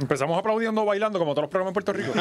Empezamos aplaudiendo, bailando, como todos los programas en Puerto Rico.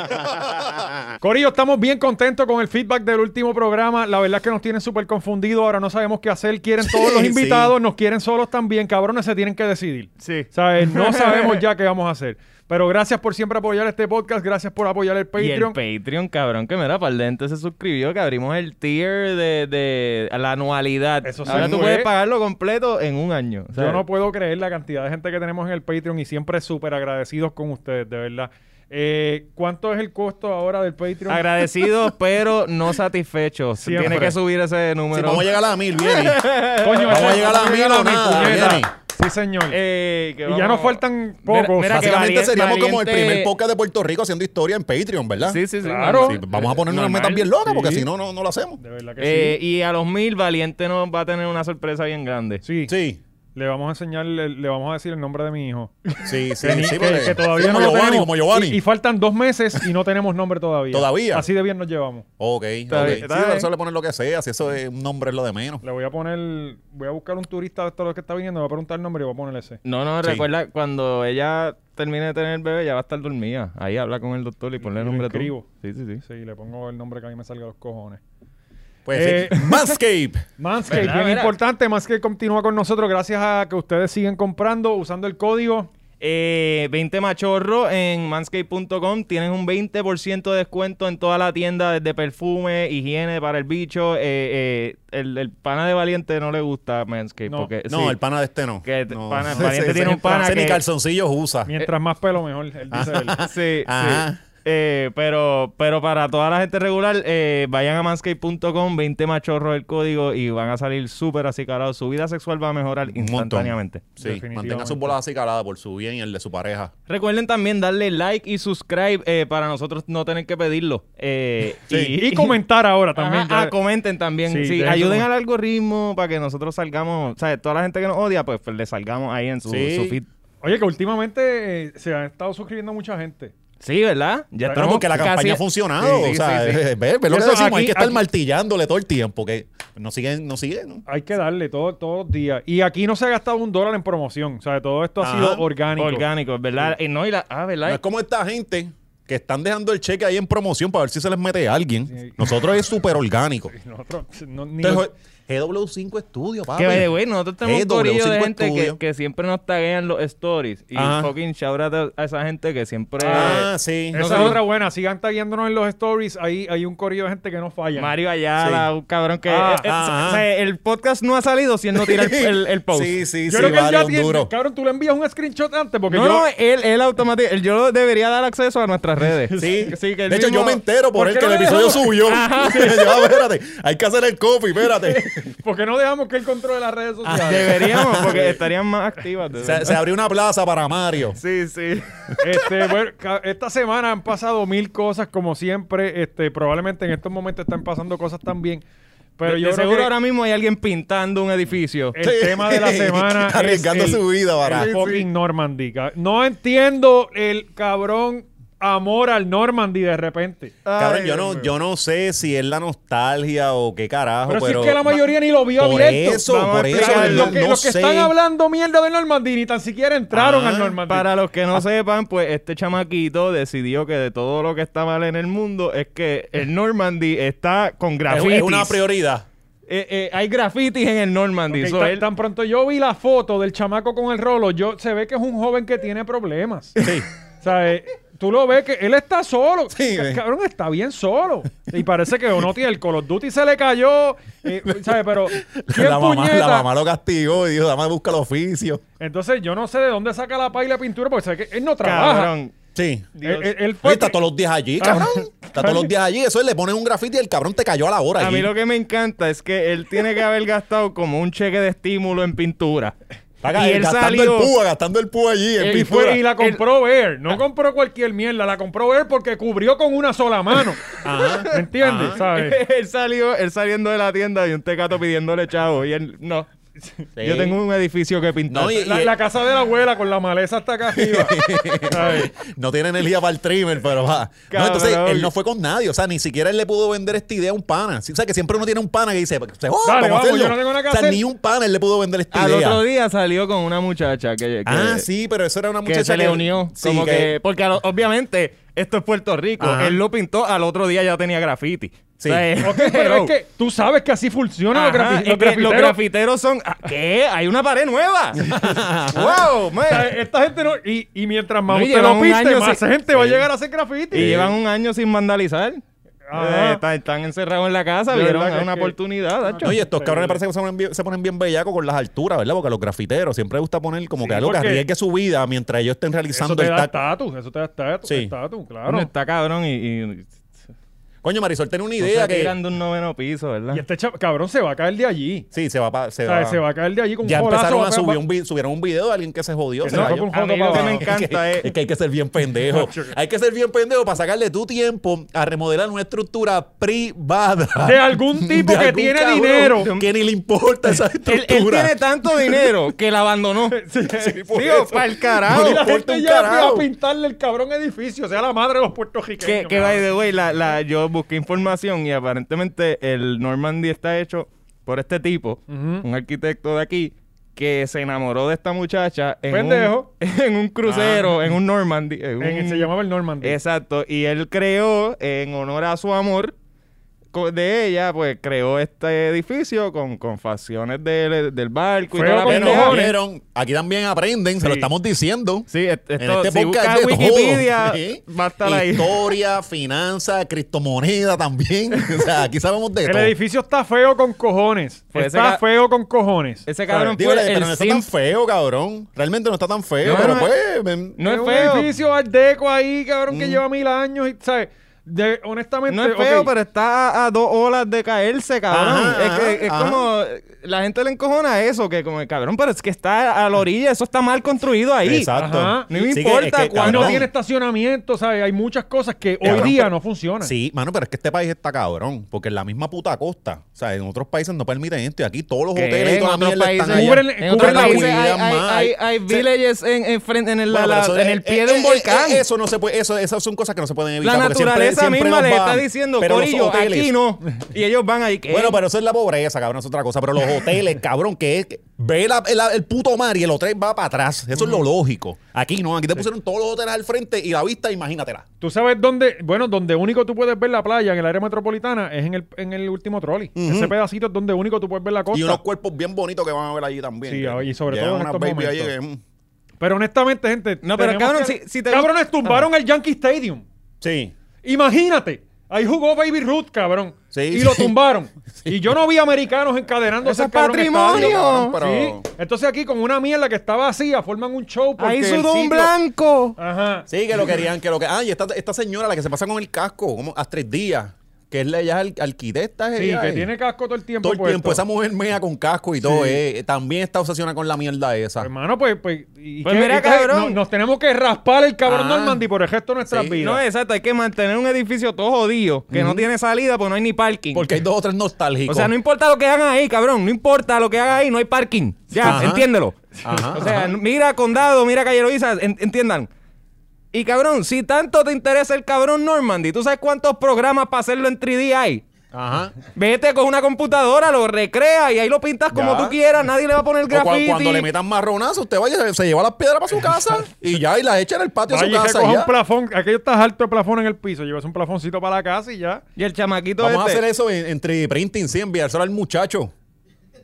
Corillo, estamos bien contentos con el feedback del último programa. La verdad es que nos tienen súper confundidos. Ahora no sabemos qué hacer. Quieren todos los Sí, invitados, nos quieren solos también. Cabrones, se tienen que decidir. Sí. ¿Sabes? No sabemos ya qué vamos a hacer. Pero gracias por siempre apoyar este podcast. Gracias por apoyar el Y el Patreon. Patreon, cabrón, que mira, para el dente se suscribió, que abrimos el tier de, de la anualidad. Eso sí Ahora tú fue. puedes pagarlo completo en un año. Yo ¿sabes? no puedo creer la cantidad de gente que tenemos en el Patreon y siempre súper agradecidos con ustedes, de verdad. Eh, ¿Cuánto es el costo ahora del Patreon? Agradecidos, pero no satisfechechos. Siempre. Tiene que subir ese Si número. vamos a llegar a la mil, viene. Coño, Vamos a ese- llegar a mil o nada, puñeta. Jenny. Sí, señor. Ey, y que vamos- ya nos faltan Mira- pocos. mira que Básicamente valien- seríamos como el valiente- primer podcast de Puerto Rico haciendo historia en Patreon, ¿verdad? Sí, sí, sí. Claro. Sí, vamos a ponernos unas Normal. metas bien locas porque Sí. si no, no, no lo hacemos. de verdad que Eh, Y a los mil, Valiente nos va a tener una sorpresa bien grande. sí. Sí. Sí. Le vamos a enseñar, le, le vamos a decir el nombre de mi hijo. Sí, sí, Que ni- sí, que, porque- que todavía sí, no como lo Giovanni, tenemos. como Giovanni. Y, y faltan dos meses y no tenemos nombre todavía. ¿Todavía? Así de bien nos llevamos. Ok, Está ok. bien, Sí, está pero bien. eso le ponen lo que sea, si eso es un nombre es lo de menos. Le voy a poner, voy a buscar un turista de todos los que está viniendo, le voy a preguntar el nombre y voy a ponerle ese. No, no, Sí. recuerda, cuando ella termine de tener el bebé, ya va a estar dormida. Ahí habla con el doctor y ponle Y el lo nombre tú. inscribo. Sí, sí, sí. Sí, le pongo el nombre que a mí me salga de los cojones. Pues Eh, sí. Manscape. Manscaped, ¿Verdad, bien verdad? importante. Manscaped continúa con nosotros gracias a que ustedes siguen comprando, usando el código. Eh, 20 machorro en manscape.com. Tienes un 20% de descuento en toda la tienda, desde perfume, higiene para el bicho. Eh, eh, el, el pana de Valiente no le gusta Manscape. No. porque, No, sí. el pana de este no. Que t- no. pana- Ese- Valiente ese- tiene un pana ese ni que- calzoncillos usa. Eh. Mientras más pelo, mejor, él Ah. dice él. Sí, Ajá. sí. Eh, pero, pero para toda la gente regular, eh, vayan a manscape.com, 20 machorros el código y van a salir súper acicalados. Su vida sexual va a mejorar Un montón. instantáneamente. Sí, Definitivamente. mantenga sus bolas así caladas por su bien y el de su pareja. Recuerden también darle like y subscribe eh, para nosotros no tener que pedirlo. Eh, Sí. Y comentar ahora también. También, ya- ah, comenten también. Sí, Sí, dejen ayuden su- al algoritmo para que nosotros salgamos. O sea, toda la gente que nos odia, pues, pues, le salgamos ahí en su, Sí. su feed. Oye, que últimamente eh, se han estado suscribiendo mucha gente. Sí, ¿verdad? Ya Pero porque la casi- campaña ha funcionado. Sí, o sí, sea, sí, sí. ve- ve lo que Eso decimos, hay aquí- que estar aquí- martillándole todo el tiempo. Que no siguen, no siguen, ¿no? Hay que darle todo, todos los días. Y aquí no se ha gastado un dólar en promoción. O sea, todo esto ha Ajá. sido orgánico. Orgánico, ¿verdad? Y no, y la, ah, ¿verdad? No es como esta gente que están dejando el cheque ahí en promoción para ver si se les mete a Sí. alguien. Nosotros es súper orgánico. Nosotros, no, ni Entonces, GW5 Estudio, papi. Que by the way, nosotros tenemos un GW5 corillo de gente que, Studio. que siempre nos taguean los stories. Y Ajá. fucking shout out a esa gente que siempre. Ah, eh, sí. Esa es otra buena. Sigan taguiándonos en los stories. Ahí hay un corrido de gente que no falla. Mario Ayala, Sí. un cabrón que. Ah, eh, eh, ajá. o sea, el podcast no ha salido si él no tira el, el- el post. Sí, sí, Yo sí, creo que él vale, ya un tiene- duro. Cabrón, tú le envías un screenshot antes porque No, yo... no, eh. él, él automáticamente. Yo debería dar acceso a nuestras redes. Sí, que él de hecho mismo- yo me entero por ¿Por él qué que el no le episodio dejamos? subió. Ya, espérate, hay que hacer el copy, espérate. Porque no dejamos que él controle las redes sociales. Ah, Deberíamos, porque estarían más activas. de se, verdad. se abrió una plaza para Mario. Sí, sí. Este, bueno, ca- esta semana han pasado mil cosas, como siempre. Este, probablemente en estos momentos están pasando cosas también. Pero De- yo de creo seguro que ahora mismo hay alguien pintando un edificio. el tema de la semana Arriesgando es el- su vida, para. el fucking Normandy. ca- No entiendo el cabrón amor al Normandy de repente. Cabrón, yo no, yo no sé si es la nostalgia o qué carajo, Pero, pero... si es que la mayoría ni lo vio por abierto. eso, Vamos a por eso, explicar. no- los que, no los que sé. están hablando mierda de Normandy ni tan siquiera entraron Ah, al Normandy. Para los que no sepan, pues este chamaquito decidió que de todo lo que está mal en el mundo es que el Normandy está con Es- grafitis. es una prioridad. Eh, eh, hay grafitis en el Normandy. Ok, so tan, él- tan pronto yo vi la foto del chamaco con el rolo, yo se ve que es un joven que tiene problemas. Sí. ¿Sabes? Tú lo ves que él está solo. Sí, Ca- ve. Cabrón, está bien solo. Y parece que uno tiene el Call of Duty se le cayó. eh, ¿Sabes? Pero. ¿quién La mamá, puñeta? la mamá lo castigó y dijo, dame busca el oficio. Entonces yo no sé de dónde saca la paila y la pintura porque sabe que él no trabaja. cabrón. Sí. Él, él- él Oye, fue. está todos los días Ah. allí, cabrón. Está todos los días allí. Eso es, le ponen un grafiti y el cabrón te cayó a la hora A mí allí. lo que me encanta es que él tiene que haber gastado como un cheque de estímulo en pintura. Paga, eh, y él gastando salió. el púa, gastando el púa allí. en y, pintura. fue- y la compró Ver, no compró cualquier mierda, la compró Ver porque cubrió con una sola mano. ¿Me entiendes? ¿Sabes? él salió, él saliendo de la tienda y un tecato pidiéndole chavo y él no. Sí. Yo tengo un edificio que pintar. No, y- La, la casa de la abuela con la maleza hasta acá arriba. ¿Sabes? No tiene energía para el trimmer, pero va. No, Cabrón. entonces, él no fue con nadie. O sea, ni siquiera él le pudo vender esta idea a un pana. Sí, O sea, que siempre uno tiene un pana que dice, "Oh, Dale, vamos a vamos, hacerlo". yo no tengo nada que o sea, hacer. ni un pana él le pudo vender esta Al idea. otro día salió con una muchacha que, que- ah, sí, pero eso era una que muchacha se le unió. Sí, como que, porque a lo- obviamente esto es Puerto Rico. Ajá. Él lo pintó, al otro día ya tenía graffiti. Sí. Ok, pero es que tú sabes que así funciona los, grafi- Ajá, es los que los grafiteros. grafiteros son. ah, ¿Qué? Hay una pared nueva. ¡Wow! man. O sea, Eh, Esta gente no. Y, y mientras más No, y usted llevan lo un piste, año más sin- gente va a Sí. llegar a hacer graffiti. Y llevan un año sin vandalizar. Ajá. Eh, están, están encerrados en la casa, De vieron verdad que una es que- oportunidad. hacho. Oye, estos cabrones parece que se ponen, bien, se ponen bien bellacos con las alturas, ¿verdad? Porque a los grafiteros siempre les gusta poner como que algo que porque- arriesgue su vida mientras ellos estén Eso realizando te el da tacto. estatus, eso te da estatus, Sí. estatus, claro. Bueno, está cabrón y, y Coño, Marisol tiene una no idea se que. tiran de un noveno piso, ¿verdad? Y este chap- cabrón se va a caer de allí. Sí, se va pa- O se sea, va. se va a caer de allí con Ya un bolazo. empezaron a va- subir va- un vi- subieron un video de alguien que se jodió, Que eh. se no, cayó. fue un A mí lo que me Abajo. encanta Es es que, hay que ser bien pendejo. hay que ser bien pendejo para sacarle tu tiempo a remodelar una estructura privada. De algún tipo que tiene dinero. Que ni le importa esa Él, estructura. él tiene tanto dinero que la abandonó. por Tío, eso. para el No carajo. Y la importa gente un ya fue carajo. a pintarle el cabrón edificio, sea la madre de los puertorriqueños. que, que by the way, la, la, yo busqué información y aparentemente el Normandy está hecho por este tipo, un arquitecto de aquí, que se enamoró de esta muchacha en, Pendejo. Ah. Un, en un crucero, en un Normandy. en En- un- Eh, se llamaba el Normandy. Exacto, y él creó, en honor a su amor co- de ella, pues creó este edificio con, con facciones del- del barco y Feo toda la con Pero, pendeja. vieron, aquí también aprenden, se lo Sí. estamos diciendo. Sí, et- En esto, este si podcast buscas de Wikipedia, todo. Sí. va a estar ahí. Historia, finanzas, criptomoneda también. O sea, aquí sabemos de el todo. edificio está feo con cojones. Pues ese está ca- feo con cojones. Ese cabrón Digo, fue pero el no está tan simp- feo, cabrón. Realmente no está tan feo, No, pero no, pues... ven. no es un feo. Mm. edificio art deco ahí, cabrón, que lleva mil años. Y, ¿sabes? De- honestamente, No es feo, ok, pero está a, a dos olas de caerse, cabrón. este, Ajá, es que- es ajá. como. La gente le encojona eso, que como, cabrón, pero es que está a la orilla, eso está mal construido ahí. Exacto. Ajá. No me Sí, que- importa es que, Y cuándo no cabrón, tiene estacionamiento, ¿sabes? Hay muchas cosas que hoy Cabrón, día pero- no funcionan. Sí, mano, pero es que este país está cabrón. Porque en la misma puta costa. O sea, en otros países no permiten esto. Y aquí todos los ¿Qué? hoteles y En toda la otros mierda están países- allá. Cubren- En otros cubren la países huida hay, hay, más. hay, hay Sí. villages en, en frente- en, el- Bueno, la- pero eso en es- el pie eh, de un eh, volcán. pues, eh, eso no se puede, eso, esas son cosas que no se pueden la evitar. porque siempre- naturaleza siempre misma nos le está van. diciendo, Pero los Corillo, hoteles- aquí no. Y ellos van ahí. ¿qué? Bueno, pero eso es la pobreza, cabrón, es otra cosa. Pero los hoteles, cabrón, que es. Ve la- el, el puto mar y el hotel va para atrás. Eso es lo lógico. Aquí no, aquí te pusieron todos los hoteles al frente y la vista, imagínatela. Tú sabes dónde, bueno, donde único tú puedes ver la playa en el área metropolitana es en el, en el último trolley. Ese pedacito es donde único tú puedes ver la costa. Y unos cuerpos bien bonitos que van a ver allí también. Sí, que y sobre llegan todo en unas estos baby allí momentos. que, mm, Pero honestamente, gente. No, pero tenemos cabrón, que- si- si te- Ah. Cabrones, tumbaron el Yankee Stadium. Sí. Imagínate. Ahí jugó Baby Ruth, cabrón. Sí, y sí. lo tumbaron. Y yo no vi americanos encadenando Eso ese es cabrón patrimonio. estadio, cabrón, Pero- Sí. Entonces aquí con una mierda que está vacía forman un show porque ahí el sudó un sitio- blanco. Ajá. Sí, que lo querían, que lo que. Ah, y esta, esta señora, la que se pasa con el casco, como a tres días, que es la ella es al- arquitecta. es Sí, ella, que eh. tiene casco todo el tiempo todo el puesto. tiempo. Esa mujer mea con casco y todo, eh, también está obsesionada con la mierda esa. Hermano, pues, pues, ¿y Pues qué- mira, y qué- cabrón. no- nos tenemos que raspar el cabrón Ah. Normandy por el resto de nuestras Sí, vidas. No, exacto, hay que mantener un edificio todo jodido, que no tiene salida porque no hay ni parking. Porque hay dos o tres nostálgicos. O sea, no importa lo que hagan ahí, cabrón, no importa lo que hagan ahí, no hay parking. Ya, Ajá. entiéndelo. Ajá, o sea, ajá. mira Condado, mira Calle Loíza, en- entiendan. Y cabrón, si tanto te interesa el cabrón Normandy, ¿tú sabes cuántos programas para hacerlo en 3D hay? Ajá. Vete con una computadora, lo recrea y ahí lo pintas como Ya. tú quieras, nadie le va a poner O cua- graffiti. cuando le metan marronazo, usted vaya, se lleva las piedras para su casa y ya, y las echa en el patio de su Vaya, que casa. y coja ya. un plafón. Aquello está alto de plafón en el piso. Llevas un plafoncito para la casa y ya. Y el chamaquito Vamos a este- hacer eso en, en 3D printing, sí, enviárselo al muchacho.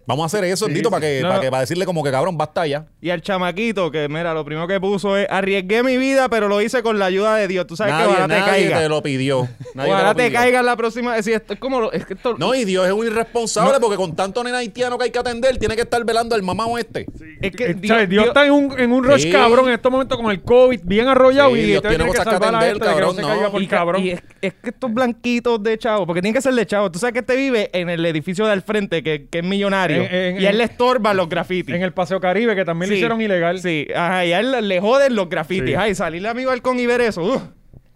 Vamos a hacer eso, Tito, para que, No, para no. que para decirle como que cabrón, basta ya. Y al chamaquito, que mira, lo primero que puso es arriesgué mi vida, pero lo hice con la ayuda de Dios. Tú sabes que Nadie, ojalá te nadie caiga. te lo pidió. Nadie ojalá te, lo te pidió. caiga en la próxima. Si esto es como lo- es que esto- No, y Dios es un irresponsable porque con tanto nena haitiano que hay que atender, tiene que estar velando al mamá este. es que Eh, ¿sabes? Dios, está en un, en un rush Sí. cabrón en estos momentos con el COVID bien arrollado Sí, y Dios usted tiene que cosas que salvar a atender, este de que no cabrón, se no. caiga por y, ca- cabrón. y es, es que estos blanquitos de chavo, porque tienen que ser de chavo. Tú sabes que este vive en el edificio del frente, que, que es millonario. En- en- y a él en- le estorban los grafitis. En el Paseo Caribe, que también lo Sí, hicieron ilegal. Sí, ajá, y a él le joden los grafitis. Sí. Ay, salirle a mi balcón y ver eso. uh.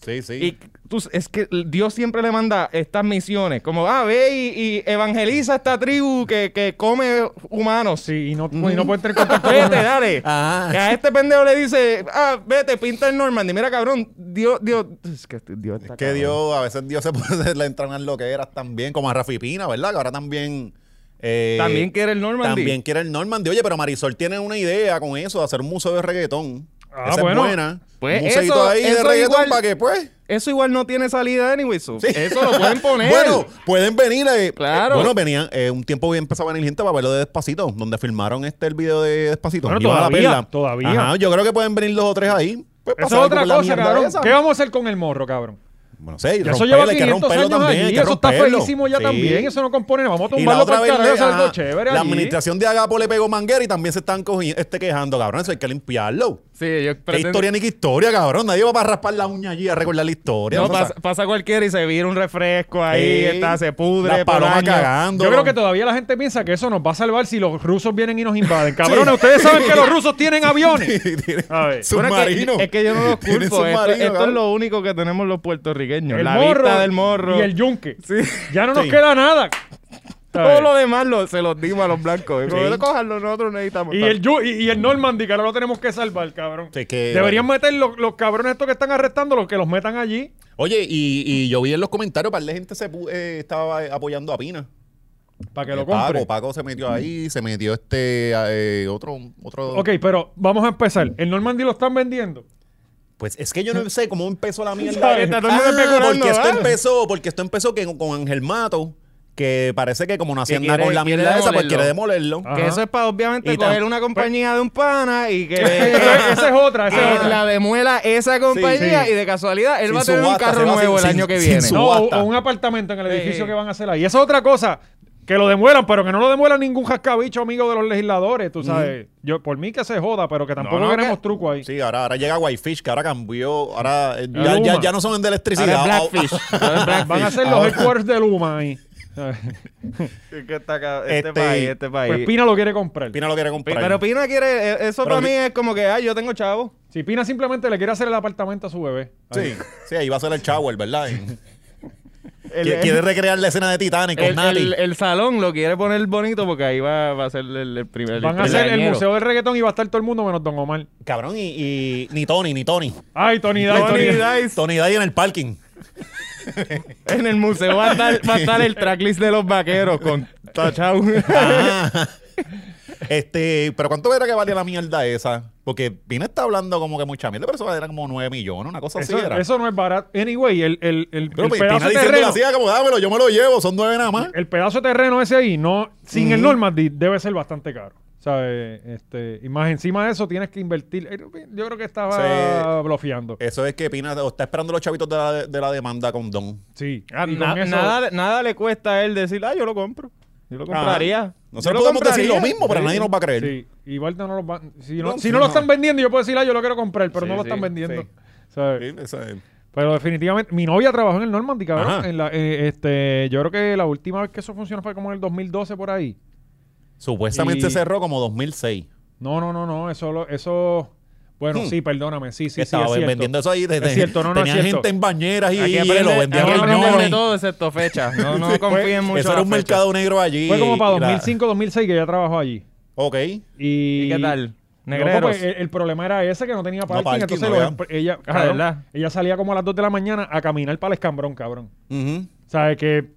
Sí, sí. Y tú- es que Dios siempre le manda estas misiones, como, ah, ve y, y evangeliza a esta tribu que, que come humanos. Sí, y no, y no puede tener contacto con Vete, dale. Ah. Que a este pendejo le dice, ah, vete, pinta el Normandy. Mira, cabrón, Dios, Dios, es que Dios está Que cabrón. Dios, a veces Dios se puede le entran en loqueras también, como a Rafi Pina, ¿verdad? Que ahora también. eh, También quiere el Normandy. También quiere el Normandy. Oye, pero Marisol tiene una idea con eso de hacer un museo de reggaetón. Ah, Esa bueno. es buena. Pues un museito eso- ahí de eso reggaetón igual- para que, pues. Eso igual no tiene salida, anyway, so. Eh, Eso lo pueden poner. Bueno, pueden venir. eh, Claro. Bueno, venían. eh, un tiempo bien empezó a venir gente para verlo de Despacito, donde filmaron este el video de Despacito. Bueno, Iban a la todavía, perla. todavía. Ajá, yo creo que pueden venir dos o tres ahí. Pues, Esa es pasar algo otra con la cosa, mierda cabrón. esa. ¿Qué vamos a hacer con el morro, cabrón? Bueno, sé, Ya eso romperlo, lleva hay que 500 romperlo años también. hay allí, que eso está romperlo. feísimo ya Sí. también, eso no compone nada, vamos a Y la tumbarlo otra para el vez carajo, le- eso es algo ajá, chévere la allí. administración de Agapo le pegó manguera y también se están cogi- este, quejando, cabrón. Eso hay que limpiarlo. Sí, yo ¿Qué historia ni qué historia, cabrón? Nadie va para raspar la uña allí a recordar la historia. No, O sea, pasa, pasa cualquiera y se vira un refresco ahí, Sí. está, se pudre. Las por palomas años. cagando. Yo creo que todavía la gente piensa que eso nos va a salvar si los rusos vienen y nos invaden. Cabrones, ustedes saben que los rusos tienen aviones. A ver. Bueno, es que- Submarino. Es que, yo no los Tienen culpo. Esto, submarino, esto es cabrón. lo único que tenemos los puertorriqueños. El la morro vista del morro. y el yunque. Sí. Ya no nos Sí. queda nada. Todo lo demás lo- se los dimos a los blancos. Sí. Como, "Cójanlo, nosotros necesitamos. Y el, Yu- y, y el Normandy, que ahora lo tenemos que salvar, cabrón. Sí, que- Deberían meter los, los cabrones estos que están arrestando, los que los metan allí. Oye, y, y yo vi en los comentarios, par de gente se pu- eh, estaba apoyando a Pina. Para que lo compre. Paco, Paco se metió ahí, se metió este eh, otro, otro. Ok, pero vamos a empezar. El Normandy lo están vendiendo. Pues es que yo no sé cómo empezó la mierda. Ah, ¿Sabes? Está todo el mundo especulando, porque esto ¿verdad? empezó, porque esto empezó que con Ángel Mato, que parece que como no hacían Que nada quiere- con la quiere mierda esa, pues demolerlo. quiere demolerlo. Ah. Que Ajá. eso es para obviamente Y tam- pues- coger una compañía de un pana y que, Esa esa es otra, esa que es otra. Eh, la demuela esa compañía Sí, sí. y de casualidad él Sin va a tener subasta, un se va carro sin- nuevo el sin- año que sin viene. subasta. No, o, Subasta. o un apartamento en el edificio Sí. que van a hacer ahí. Esa es otra cosa. Que lo demuelan, pero que no lo demuelan ningún jascabicho amigo de los legisladores, tú sabes. Yo, por mí que se joda, pero que tampoco no, queremos que- truco ahí. Sí, ahora, ahora llega Whitefish, que ahora cambió, ahora eh, ya, Luma. ya, ya no son de electricidad. Ahora es ahora- Blackfish. Ahora es Blackfish. Van a hacer los Ahora- headquarters de Luma ahí. Pues ¿sabes? Es que está acá- Este- este país, este Pues país. Pina lo quiere comprar. Pina lo quiere comprar. Pero Pina quiere, eh, eso Pero para Pi- mí es como que, ah, yo tengo chavo. Si Pina simplemente le quiere hacer el apartamento a su bebé. Ahí. sí, sí, ahí va a ser el shower, ¿verdad? Y- El, quiere, quiere recrear la escena de Titanic con el- Nati. el- el salón lo quiere poner bonito porque ahí va, va a ser el, el primer. Van a primer hacer el añero. museo del reggaetón y va a estar todo el mundo menos Don Omar. Cabrón, y, y ni Tony, ni Tony. Ay, Tony Day, Tony Tony Day. Dice. Tony Day en el parking. En el museo va a estar, va a estar el tracklist de los vaqueros con tachau. Ah. este, pero ¿cuánto era que valía la mierda esa? Porque Pina está hablando como que mucha mierda, pero eso era como 9 millones, una cosa así Eso, era. eso no es barato. Anyway, el, el, el, pero el Pina pedazo de diciendo terreno. así, como dámelo, yo me lo llevo, son 9 nada más. el pedazo de terreno ese ahí, no, sin el Normandy, debe ser bastante caro. ¿Sabes? Este, y más encima de eso tienes que invertir. Eh, Yo creo que estaba Sí. Eh, blofeando. Eso es que Pina o está esperando los chavitos de la, de la demanda con Don. Sí. ah, y con Na- eso- nada, nada le cuesta a él decir, ah, yo lo compro. Yo lo compraría. Yo Nosotros lo podemos decir lo compraría. mismo, pero Sí. nadie nos va a creer. Sí. Igual no los van. Si no, No, si sí, no lo no. están vendiendo, yo puedo decir, ah, yo lo quiero comprar, pero Sí, no lo sí, están vendiendo. sí. ¿Sabes? Sí, eso es. Pero definitivamente, mi novia trabajó en el Normandy, cabrón. Ajá. En la, eh, este, yo creo que la última vez que eso funcionó fue como en el 2012 por ahí. Supuestamente Y- cerró como 2006. No, no, no, no, eso, lo- eso, bueno, sí, perdóname, sí, sí, sí, Hmm. estaba es cierto. vendiendo eso ahí. desde Es cierto, no, no, es tenían cierto. gente en bañeras y Aquí hielo, aprende, vendían aquí aprende de riñones. todo excepto fecha. No, no confíen mucho. Eso en era las un fechas. mercado negro allí. Fue como para y la- 2005, 2006 que ella trabajó allí. Ok. ¿Y, ¿Y qué tal? No, Negreros. pues, el, el problema era ese que no tenía parking, parking, entonces no los había. empre- ella, Ah, cabrón, ¿verdad? ella salía como a las 2 de la mañana a caminar para el escambrón, cabrón. Ujú. O sea, que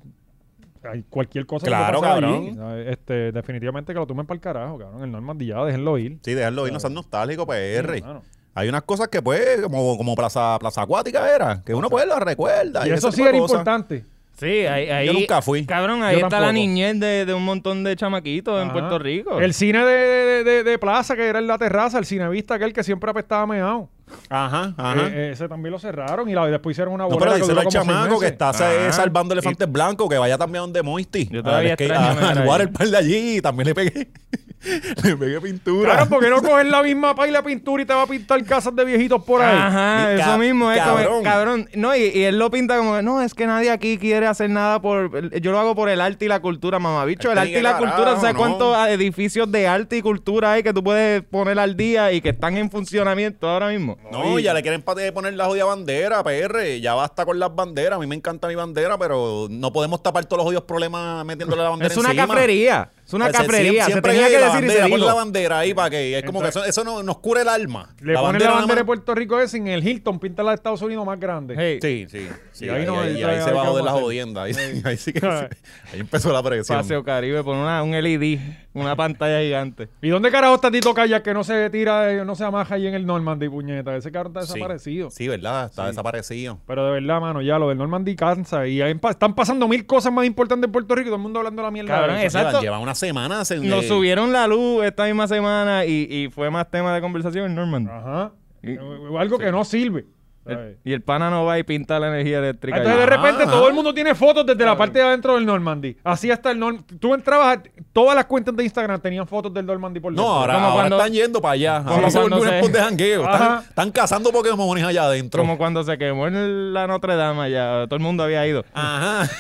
hay cualquier cosa que Claro, puede pasar cabrón. allí, ¿sabes? este, definitivamente que lo tomen para el carajo, cabrón. El Normandy ya, déjenlo ir. Sí, dejarlo ir, no seas nostálgico, PR. Sí, mano. Hay unas cosas que, pues, como, como plaza, plaza acuática era, que uno pues lo recuerda. Y ese eso tipo sí de era cosas. importante. Sí, ahí, ahí. nunca fui. Cabrón, Yo ahí está la tampoco. niñez de, de un montón de chamaquitos en Ajá. Puerto Rico. El cine de, de- de- de plaza, que era en la terraza, el cinevista aquel que siempre apestaba meao. Ajá, ajá. Eh, eh, ese también lo cerraron y la, después hicieron una no, bola pero que duró díselo al como seis chamaco que meses. Ah. está se- Ajá. salvando elefantes blancos, que vaya también a donde Moisty. Yo A todavía ver, es que- extraño a- ver Al ahí. water park de allí, y también le pegué. Le pegué pintura. Claro, pues, porque no coges la misma paila pintura y te va a pintar casas de viejitos por ahí. Ajá, Y eso ca- mismo es como- cabrón. cabrón. No, y, y él lo pinta como que, no, es que nadie aquí quiere hacer nada por. Yo lo hago por el arte y la cultura, mamabicho. El Este arte y ni la carajo, cultura, ¿sabes no. cuántos ah, edificios de arte y cultura hay que tú puedes poner al día y que están en funcionamiento ahora mismo? No, ya le quieren pa- poner la jodida bandera, PR. Ya basta con las banderas. A mí me encanta mi bandera, pero no podemos tapar todos los jodidos problemas metiéndole la bandera Es una encima. cafrería. Es una Pues, se- cafrería. Se siempre tenía hay que la decir y se bandera, pon dijo. la bandera ahí para que... Es como que eso, eso no- nos cura el alma. Le ponen la nada bandera de más- Puerto Rico esa y en el Hilton, pinta la de Estados Unidos más grande. Hey. Sí, sí. sí, Y ahí ahí, no- ahí- ahí- ahí ahí se va a vamos joder a la hacer. jodienda. Ahí, ahí sí que... Ahí empezó la presión. Paseo Caribe, pon una, un LED, una pantalla gigante. ¿Y dónde carajo está Tito Kayak que no se tira, eh, no se amaja ahí en el Normandy, puñeta? Ese cabrón está Sí. desaparecido. Sí, ¿verdad? Está desaparecido. Pero de verdad, mano, ya lo del Normandy cansa. Y ahí pa- están pasando mil cosas más importantes en Puerto Rico y todo el mundo hablando la mierda. Cabrón, de eso. Exacto. Lleva, lleva una semana... sin- Nos eh, subieron la luz esta misma semana y, y fue más tema de conversación en Norman. Ajá. Eh, Y- O- o Algo que no Eh, sirve. ¿sabes? El- y el pana no va y pinta la energía eléctrica. Entonces de allí. repente Ajá. todo el mundo tiene fotos desde la parte de adentro del Normandy. Así hasta el Normandy. Tú entrabas, a- todas las cuentas de Instagram tenían fotos del Normandy por No, dentro. ahora, Como ahora cuando- están yendo para allá. Ahora se vuelve un cuando se- spot de jangueo. Están, Ajá. están cazando Pokémones allá adentro. Como cuando se quemó en la Notre Dame allá. Todo el mundo había ido. Ajá.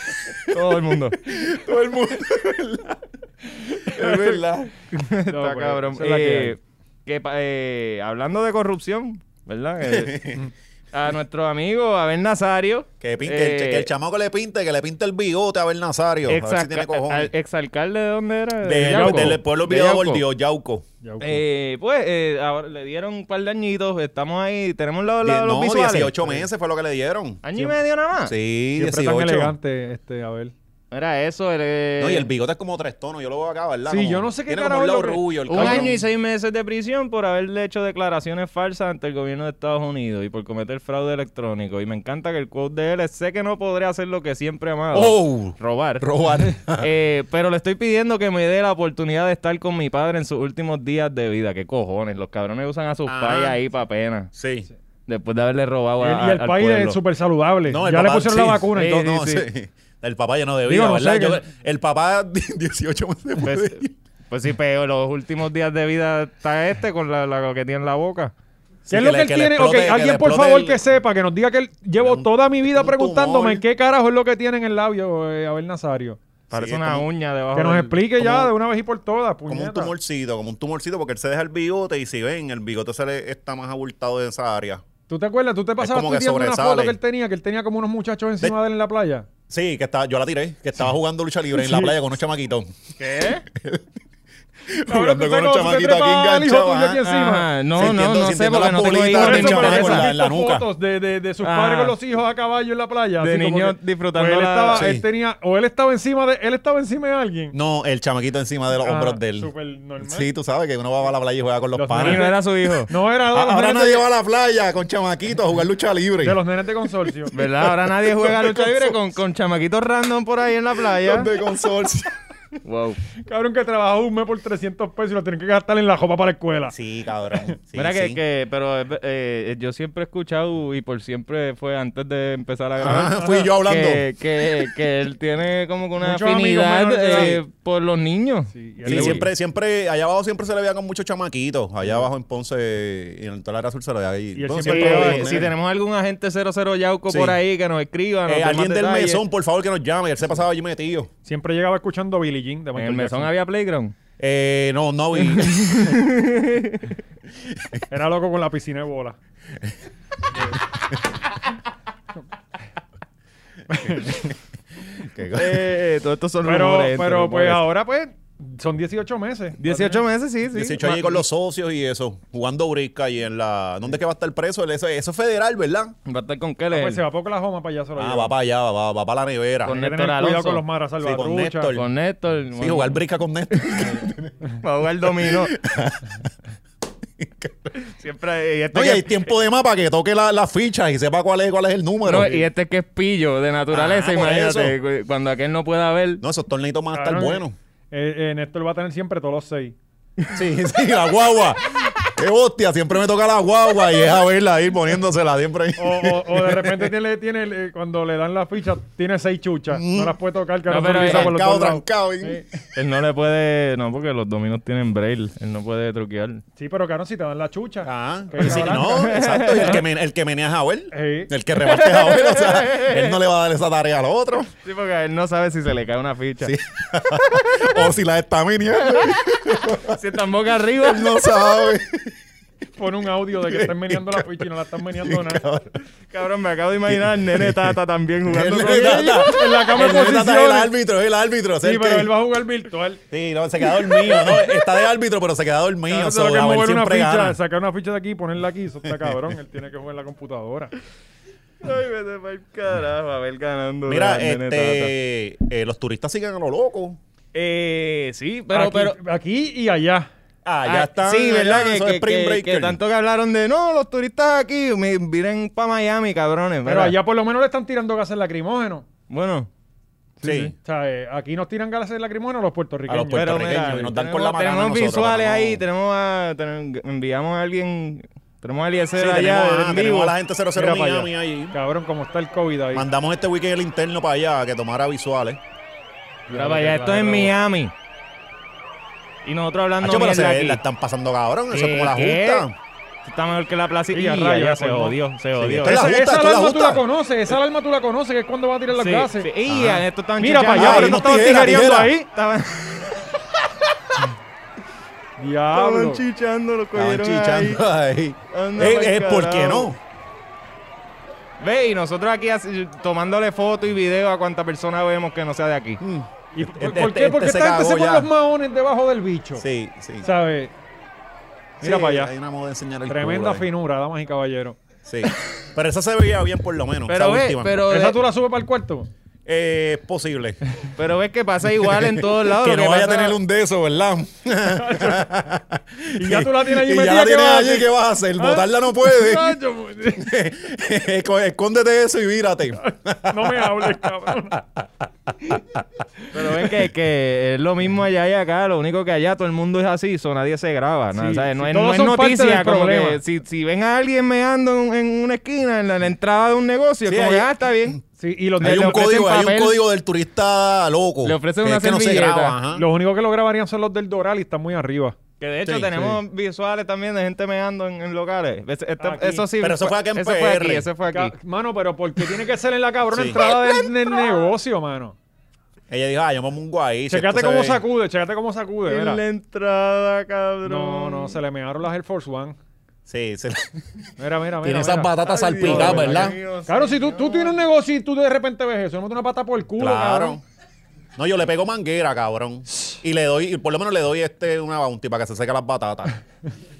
Todo el mundo. Todo el mundo, es verdad. Es verdad. No, Está pero cabrón. esa es la que Eh, hay. que pa- eh, hablando de corrupción, ¿verdad? Eh, a nuestro amigo Abel Nazario. Que, pinte, que el- eh, que el chamaco le pinte, que le pinte el bigote a ver Nazario. A ver si exac- tiene al- cojones. Exalcalde eh, de dónde era? De- Yauco. del pueblo De olvidado Yauco. por Dios, Yauco. Ya, ok. Eh, pues eh, ahora le dieron un par de añitos, estamos ahí, tenemos los, los, Die- los no, visuales. 18 meses fue lo que le dieron. Año y medio nada más. Sí, Siempre tan 18. elegante, este, a ver. Era eso. el, eh, No, y el bigote es como tres tonos, yo lo veo acá, ¿verdad? Sí, Como- yo no sé qué tiene como carajo un es lo lado que- rubio el un cabrón. año y seis meses de prisión por haberle hecho declaraciones falsas ante el gobierno de Estados Unidos y por cometer fraude electrónico. Y me encanta que el quote de él es, sé que no podré hacer lo que siempre he amado. ¡Oh! Robar. Robar. Eh, pero le estoy pidiendo que me dé la oportunidad de estar con mi padre en sus últimos días de vida. ¿Qué cojones? Los cabrones usan a sus Ah. pais ahí para pena. Sí. Después de haberle robado a- El- y el al país pueblo. es súper saludable. No, el ya le papá, pusieron sí. la vacuna y Sí, todo. no, Sí, sí. sí. El papá ya no debía, Digo, no ¿verdad? sé, Yo- que- El papá 18 meses después Pues, de- pues sí, pero los últimos días de vida está este con la, la- lo que tiene en la boca. ¿Qué Sí, es que lo le- que él que le tiene? Ok, explote- que alguien le por explote favor el- que sepa, que nos diga que él- llevo un- toda mi vida un preguntándome tumor. qué carajo es lo que tiene en el labio, eh, Abel Nazario. Parece es una como- uña debajo. Que nos del- explique ya como- de una vez y por todas, Como un puñeta. tumorcito, como un tumorcito, porque él se deja el bigote y si ven, el bigote se le está más abultado de esa área. ¿Tú te acuerdas? ¿Tú te pasabas como que tuiteando una sobresale. foto que él tenía? Que él tenía como unos muchachos encima de, él en la playa. Sí, que estaba, yo la tiré, que estaba jugando lucha libre en la playa con unos chamaquitos. ¿Qué? Cabrón, tú jugando con te unos conoces, chamaquitos te aquí trepas al hijo enganchados. tuyo aquí ajá. encima. Ajá, no, Sintiendo- no, no sé sintiendo porque las no tengo bolitas hijos de ni Por eso, chamaco pero chamaca. él en la- ha en visto la nuca. fotos de, de, de sus Ajá. padres con los hijos a caballo en la playa. De así como niños que- disfrutando pues él, la- estaba, él Sí. tenía, o él estaba encima de, él estaba encima de alguien. No, el chamaquito encima de los Ah, hombros de él. súper normal. Sí, tú sabes que uno va a la playa y juega con los, Los Y no panas. era su hijo. No era de los, Ah, Ahora nenes, nadie va a la playa con chamaquitos a jugar lucha libre. de los nenes de consorcio. ¿Verdad? Ahora nadie juega lucha libre con, con chamaquitos random por ahí en la playa. Los de consorcio. Wow. Cabrón que trabajó un mes por 300 pesos y lo tienen que gastar en la ropa para la escuela. Sí, cabrón. Sí, Mira sí. que, que pero eh, eh, yo siempre he escuchado y por siempre fue antes de empezar a grabar. Ajá, fui yo hablando. Que, que, que él tiene como que una Muchos amigos afinidad menores de eh, por los niños. Sí, y él Sí, le- siempre, siempre, allá abajo siempre se le veía con muchos chamaquitos. Allá abajo en Ponce y en toda la área azul se le veía ahí. Y él Bueno, siempre Sí, Pero, lo eh, eh, veía. si tenemos algún agente 00 Yauco Sí. por ahí que nos escriba, nos Eh, dé más alguien del detalles. mesón, por favor, que nos llame. Él se pasaba allí metido. Siempre llegaba escuchando Billie Jean de En Michael el mesón Jackson. había playground. Eh, no, no vi. Era loco con la piscina de bola. Que- Eh, todo esto son Pero, rumores, gente, pero pues rumores. ahora pues son 18 meses. 18 meses, sí, sí. 18 allí con los socios y eso, jugando brisca y en la... ¿Dónde es que va a estar preso? Él- Eso, eso es federal, ¿verdad? Va a estar con Ah, Keller. pues se va poco la joma para allá solo. Ah, va para allá, va, va para la nevera. Con Hay que Néstor tener cuidado Alonso. con los maras con salvatruchas. Néstor. con Néstor. Sí, jugar brisca con Néstor. Va a jugar dominó. Siempre. Y este, No, y que- hay tiempo de mapa que toque la- las fichas y sepa cuál es, cuál es el número. no, y este que es pillo de naturaleza, Ajá, Ah, por imagínate. cu- Cuando aquel no pueda ver. No, esos torneitos van a estar Cabrón, buenos. eh, eh, Néstor va a tener siempre todos los seis. Sí, sí, la guagua. ¡Qué hostia! Siempre me toca la guagua y es a verla ahí poniéndosela siempre. ahí. O, o- o de repente tiene, tiene, eh, cuando le dan la ficha, tiene seis chuchas. No las puede tocar, que No, ahora pero se utiliza eh, por los trancado, dos lados. trancado. Sí. Él no le puede. No, porque los dominos tienen braille. Él no puede truquear. Sí, pero claro, si te dan la chucha. Ah, que sí, cabrón. no, exacto. Y el que, me- el que menea es Javier. Sí. El que reparte es Javier. O sea, él no le va a dar esa tarea al otro. Sí, porque él no sabe si se le cae una ficha. Sí. o si la está meneando. Si están boca arriba. Él no sabe. Pone un audio de que están meneando la ficha y no la están meneando nada. Cabrón, me acabo de imaginar al nene Tata también jugando Él con le ella. trata- En la cama él le de trata- posiciones. el árbitro, el árbitro. es Sí, el pero que- él va a jugar virtual. Sí, no, se queda dormido. No, está de árbitro, pero se queda dormido. Claro, so, solo que es Javier Ah, mover una siempre ficha, gana. sacar una ficha de aquí y ponerla aquí. Eso está cabrón. él tiene que jugar en la computadora. Ay, vete pa'l carajo, a ver ganando. Mira, al nene Tata. este, eh, los turistas siguen a lo loco. Eh, sí, pero, aquí, pero. aquí y allá. Ah, Ah, ya están. Sí, ¿verdad? allá, Que, son que- Spring que- Breaker. que tanto que hablaron de no, los turistas aquí me vienen para Miami, cabrones. Pero mira. allá por lo menos le están tirando gases lacrimógenos. Bueno, Sí. O sea, eh, aquí nos tiran gases lacrimógenos a los puertorriqueños. A los puer- pero puertorriqueños, mira, y nos dan tenemos, con la macana tenemos nosotros, visuales pero no. ahí, tenemos a. tenem- enviamos a alguien. Tenemos a Eliezer Sí, allá tenemos, ah, en tenemos vivo. a la gente 00 Mira para Miami allá. ahí. Cabrón, como está el COVID ahí. Mandamos este weekend el interno para allá a que tomara visuales. Ah, Mira para allá, esto es en Miami. Y nosotros hablando Hacho, pero se mierda ve, aquí. la están pasando cabrón. Eso es ¿Qué? como la ¿Qué? justa. Está mejor que la plaza Y a y rayos, ya la se colgó. jodió, se jodió. esto es la Esa, justa, esa tú la alarma tú la justa. conoces, esa alarma tú la conoces, que es cuando va a tirar las Sí, gases. sí. Y Ajá. esto está Mira para allá, Ah, pero no ahí no estaban tijera, tijereando tijera. ahí. Estaban, Diablo. chichando los Estaban chichando ahí. Anda Eh, pa'l eh, ¿Por qué carajo. no? Ve, y nosotros aquí así, tomándole fotos y video a cuánta persona vemos que no sea de aquí. ¿Y por, Este- por qué? este- Porque este se esta gente se cagó pone ya. los maones debajo del bicho. Sí, sí. ¿Sabes? Mira Sí, para allá. Hay una moda de enseñar el Tremenda culo ahí. finura, damas y caballeros. Sí. Pero esa se veía bien por lo menos. Pero esa ve, última. pero, ¿Esa de- tú la subes para el cuarto? Eh, es posible. pero ves que pasa igual en todos lados. que lo no vaya a pasa- tener un de esos, ¿verdad? Y ya tú la tienes allí y metida. ya la ¿qué tienes vas a allí, hacer? ¿qué vas a hacer? ¿Ah? Botarla no puede. Nacho, pues, Esco- Escóndete eso y vírate. pues, no me hables, cabrón. Pero ves que, que es lo mismo allá y acá. Lo único que allá todo el mundo es así, so nadie se graba. ¿no? Sí, O sea, no sí, es, todos no es son parte noticia. del Como que problema. si, si ven a alguien meando en, en una esquina, en la, en la entrada de un negocio, Sí, como ahí- Mm. que ah, está bien. Sí, y los, Le- Hay Pues le un, ofrecen código, hay un papel. código del turista loco. Le ofrecen que una es que no se servilleta. graba, ajá. los únicos que lo grabarían son los del Doral y están muy arriba. Que de hecho Sí, tenemos visuales también de gente meando en, en locales. Es- esta- Aquí. eso sí. Pero eso fue acá en eso Fue aquí, PR. eso fue Ca- aquí. Mano, pero ¿por qué tiene que ser en la cabrona Sí. entrada del, del negocio, mano? Ella dijo, ah, yo me mungo ahí. si Checate esto se cómo ve". sacude, checate cómo sacude, En la mira. entrada, cabrón. No, no, se le mearon las Air Force One. Sí, se le- Mira, mira, mira. tiene esas mira. batatas Ay, Dios salpicadas, mío, ¿verdad? mío, Claro, si tú, tú tienes un negocio y tú de repente ves eso, no te una pata por el culo, Claro. cabrón. No, yo le pego manguera, cabrón. Y le doy, y por lo menos le doy este una bounty para que se seque las batatas.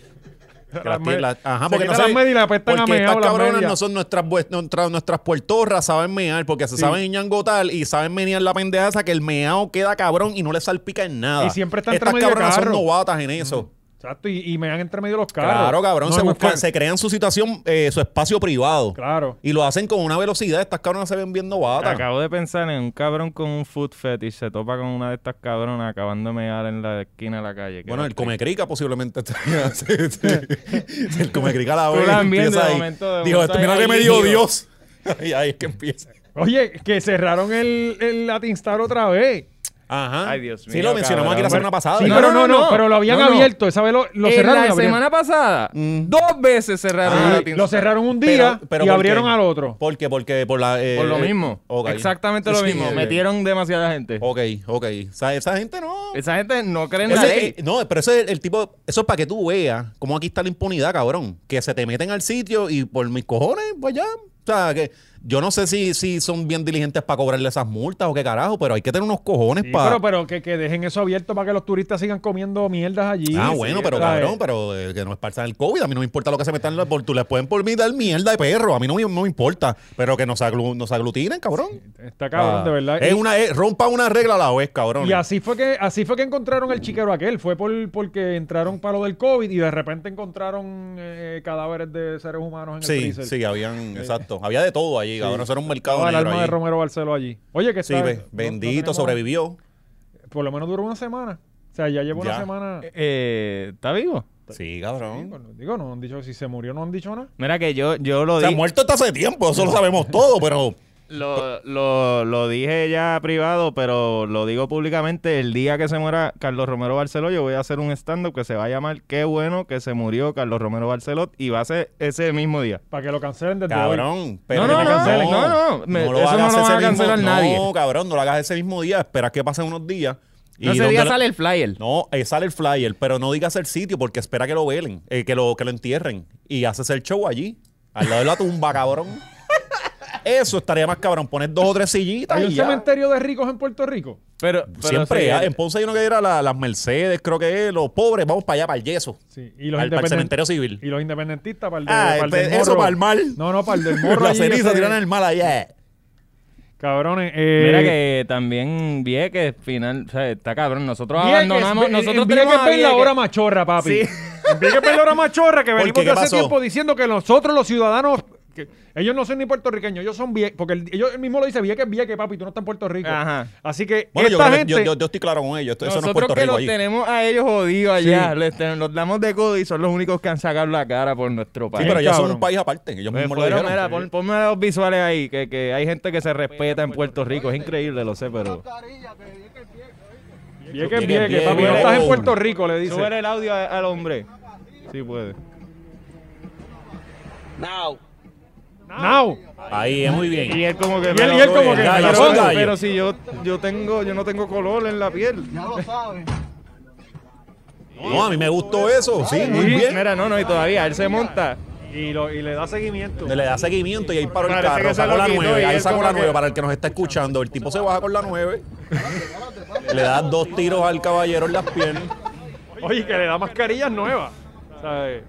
Que las tiene- las- ajá, Se porque quita no las saben- medias y le apestan a porque meao estas las cabronas medias. no son nuestras, bue- nuestras, nuestras puertorras, saben mear, porque se saben ñangotar y saben menear la pendeja esa que el meao queda cabrón y no le salpica en nada. Y siempre está entre Estas medio de cabronas son carro. novatas en eso. Exacto, y, y me han entre medio los carros. Claro, cabrón, No se, me buscan- buscan. se crean su situación, eh, su espacio privado. Claro. Y lo hacen con una velocidad. Estas cabronas se ven bien novatas. Acabo de pensar en un cabrón con un food fetish. Se topa con una de estas cabronas acabando de mear en la esquina de la calle. Bueno, el el Comecrica posiblemente estaría. sí, sí. El Comecrica la Tú ve y la miendes empieza de ahí. momento, de Digo, momento esto, mira ahí que me dio líquido. Dios. Ahí, ahí es que empieza. Oye, que cerraron el, el Latin Star otra vez. Ajá. Ay, Dios Sí, mío, lo mencionamos cabrón. aquí la semana pasada. Sí, no, ¿verdad? pero no, no, no, no. pero lo habían No, no. abierto. Esa vez lo, lo cerraron. y la abrieron. semana pasada, Mm. dos veces cerraron Sí, la tienda. lo cerraron un Pero- día pero y ¿por abrieron qué? al otro. ¿Por qué? Porque por la. eh, Por lo eh, mismo. ok. Exactamente lo Sí, mismo. ok. Metieron demasiada gente. Ok, ok. O sea, esa gente no. Esa gente no cree en la Ese- ley. eh, no, pero ese es el, el tipo. Eso es para que tú veas cómo aquí está la impunidad, cabrón. Que se te meten al sitio y por mis cojones, pues ya. O sea, que yo no sé si, si son bien diligentes para cobrarle esas multas o qué carajo, pero hay que tener unos cojones Sí, para. pero pues, pero que, que dejen eso abierto para que los turistas sigan comiendo mierdas allí. ah, Sí, bueno, pero ¿sabes? cabrón, pero eh, que no esparza el COVID. A mí no me importa lo que se metan. la- Por, tú les pueden por mí dar mierda de perro. A mí no, me- no me importa. Pero que nos, aglu- nos aglutinen, cabrón. Está cabrón, Ah, de verdad. Es Y- una, es- rompa una regla a la vez, cabrón. Y así fue que así fue que encontraron el chiquero aquel. Fue por porque entraron para lo del COVID y de repente encontraron eh, cadáveres de seres humanos en el Sí, freezer. sí, habían, exacto. Había de todo allí, cabrón. Eso era un mercado Estaba el negro alma de allí. Romero Barceló allí. Oye, que Sí, está- ve, no- no bendito, tenemos- sobrevivió. Por lo menos duró una semana. O sea, ya llevo una Ya. semana. Eh, ¿Está vivo? Ghostbusters. Sí, cabrón. Sí, bueno, digo, no han dicho si se murió, no han dicho nada. Mira que yo, yo lo Se ha di- muerto hasta hace tiempo, eso lo sabemos todo, pero. Lo, lo, lo dije ya privado, pero lo digo públicamente. El día que se muera Carlos Romero Barceló, yo voy a hacer un stand-up que se va a llamar Qué bueno que se murió Carlos Romero Barceló y va a ser ese mismo día. Para que lo cancelen desde hoy. Cabrón, pero No, no, no, cancelen, no, no, me- lo eso hagas no lo ese van a cancelar mismo, nadie. No, cabrón, no lo hagas ese mismo día, esperas que pasen unos días. y No, ese donde día lo- sale el flyer. No, eh, sale el flyer, pero no digas el sitio porque espera que lo velen, eh, que, lo, que lo entierren. Y haces el show allí, al lado de la tumba, cabrón. Eso estaría más cabrón, poner dos o tres sillitas ¿Hay un y ya. cementerio de ricos en Puerto Rico? Pero, pero Siempre, sí, ah, en Ponce hay uno que era la- las Mercedes, creo que es, los pobres, vamos para allá, para el yeso. Sí. Y los Al- para el independen- cementerio civil. Y los independentistas para el, de, Ah, para el pues, del eso morro. para el mal. No, no, para el del morro. la allí, ceniza este, ese- tiran el eh. mal allá. Cabrones. eh, Mira que también Vieques, final, o sea, está cabrón. Nosotros Vieques, abandonamos, en- nosotros en Vieques tenemos a ven la Vieques. hora machorra, papi. Sí. En Vieques ven la hora machorra que venimos qué? de ¿Qué hace pasó? tiempo diciendo que nosotros los ciudadanos... que ellos no son ni puertorriqueños, ellos son Vieques. Porque el, ellos mismo lo dicen, Vieques, Vieques, papi, tú no estás en Puerto Rico. Ajá. Así que Bueno, yo, esta creo que- gente... yo, yo- yo estoy claro con ellos, esto- eso no es Nosotros Puerto que Rico los allí. tenemos a ellos jodidos allá, Sí. les ten- los damos de codo y son los únicos que han sacado la cara por nuestro Sí, país. pero ellos son cabrón. un país aparte, ellos Me mismos lo Pues fueron, dijeron. mira, pon- ponme los visuales ahí, que, que hay gente que se respeta en Puerto Rico. Es increíble, lo sé, pero... Vieques, Vieques, Vieques, papi, no Vieques. estás en Puerto Rico, le dice. Sube el audio a- al hombre. Sí puede. Now. Now. Ahí es muy bien. Y él como que... Y él- y él como que- Pero, Gallo, pero gallo. si yo, yo, tengo, yo no tengo color en la piel. No, a mí me gustó eso, sí, muy bien. Mira, no, no, y todavía él se monta. Y, lo, y le da seguimiento. Le da seguimiento y ahí paró el Parece que carro, se sacó lo la quitó 9, y ahí él sacó como la que- 9 para el que nos está escuchando. El tipo se baja con la 9, le da dos tiros al caballero en las piernas. Oye, que le da mascarillas nuevas. ¿sabes?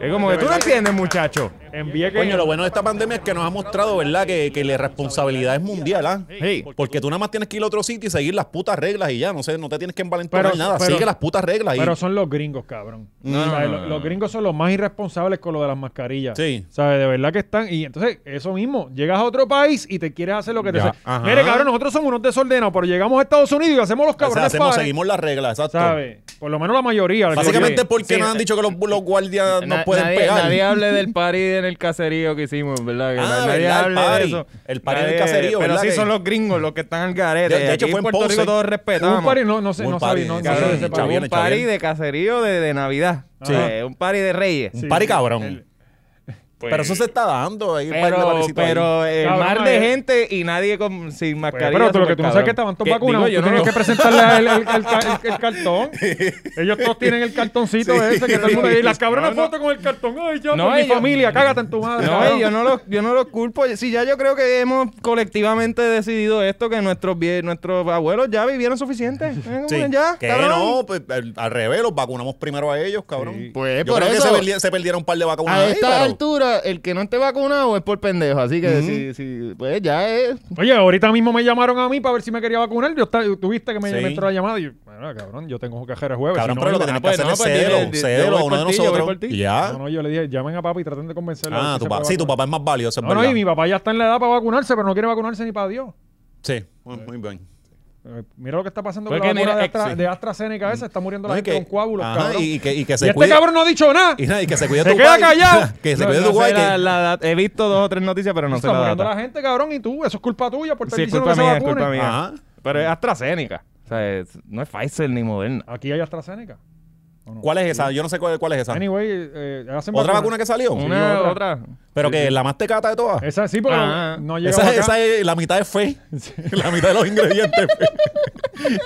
Es como que tú no entiendes, muchacho. En Vieques... Coño, lo bueno de esta pandemia es que nos ha mostrado, ¿verdad? Que, que la responsabilidad es mundial, ¿ah? Sí. Porque tú nada más tienes que ir a otro sitio y seguir las putas reglas y ya, no sé, no te tienes que envalentonar Pero- nada, pero- sigue las putas reglas y Pero son los gringos, cabrón. No, O sea, no, lo- no, no. Los gringos son los más irresponsables con lo de las mascarillas. Sí. ¿Sabes? De verdad que están. Y entonces, eso mismo. Llegas a otro país y te quieres hacer lo que te Ya, hace. ajá. Mire, cabrón, nosotros somos unos desordenados, pero llegamos a Estados Unidos y hacemos los O sea, cabrones hacemos- pares, seguimos las reglas, exacto. ¿Sabes? Por lo menos la mayoría. la que- Básicamente Sí, porque sí, nos na- han dicho que los, los guardias no Na- pueden nadie, pegar. Nadie hable del party en el caserío que hicimos, ¿verdad? Que Ah, na- nadie ¿verdad? El hable party. de eso. El party en el Nadie- caserío, Pero ¿verdad sí que- son los gringos los que están al garete. De- de hecho, Aquí fue en en Puerto Ponce. Rico todos Hubo respetamos. un party, no, no sé, Hubo no un sabí, party, no, no cabrón, sé de ese chavo, party. un bien, está party bien. de caserío de, de Navidad. Sí. Eh, un party de reyes. Un Sí. pari cabrón. Pero eso se está dando. Ahí, el Pero, parquecito ahí. pero el Cabrón, mar eh. de gente y nadie con, sin Pues, mascarilla. pero tú lo que súper tú no sabes es que cabrón. estaban todos vacunados. digo, Tú yo tenías no que lo- presentarle el, el- el- el- el cartón. Ellos todos tienen el cartoncito ese que todo el mundo. Y las cabronas No, no. fotos con el cartón. Ay, ya, No, por mi ellos- familia, cágate en tu madre. No, cabrón. y yo no los yo no los culpo. Si ya yo creo que hemos colectivamente decidido esto, que nuestros vie- nuestros abuelos ya vivieron suficiente. Eh, Sí. Ya, que cabrón. no, pues, al- al revés, los vacunamos primero a ellos, cabrón. Pues, Yo por creo que eso- se, perdi- se perdieron un par de vacunas. A ahí, esta pero- altura, el que no esté vacunado es por pendejo. Así que si, si- pues ya es. Oye, ahorita mismo me llamaron a mí para ver si me quería vacunar. Yo estaba, tuviste que me, Sí. me entró la llamada y yo, bueno, cabrón, yo tengo que hacer el jueves. si Cabrón, no, pero lo yo- que tenemos ah, pues que hacer no, es pues, dile- cedelo. di- yo cedelo a voy uno de por ti, yo voy nosotros. por ti. y ya. no, no, yo le dije, llamen a papi y traten de convencerlo. a ah, ver si tu se papá. puede Sí, tu vacunar. papá es más válido, eso es No, no, verdad. y mi papá ya está en la edad para vacunarse, pero no quiere vacunarse ni para Dios. Sí, muy, muy bien. Eh, Mira lo que está pasando Pues con la que vacuna mira, de, ex- Astra- de AstraZeneca esa. Está muriendo la No, y gente que- con coágulos, ajá, cabrón. Y, que, y que Y se este cuide- cabrón no ha dicho nada. Y, nada, y que se cuide Se tu queda guay. callado. que se No- cuide no tu sé guay. la- que- la- he visto dos o tres noticias, pero no sé está la muriendo data. la gente, cabrón, y tú. Eso es culpa tuya por estar Sí, es diciendo culpa que se mía, es vacunen. culpa mía. Ajá. Pero es AstraZeneca. O sea, es- no es Pfizer ni Moderna. Ah, Aquí hay AstraZeneca. ¿o no? ¿Cuál es esa? Yo no sé cuál, cuál es esa. Anyway, eh, hacen Ah. ¿Otra vacunas. vacuna que salió? Una, otra. otra. Pero que la más tecata de todas. Esa sí, porque Ah, no llegamos Esa, acá. esa es la mitad es fe. La mitad de los ingredientes es fe.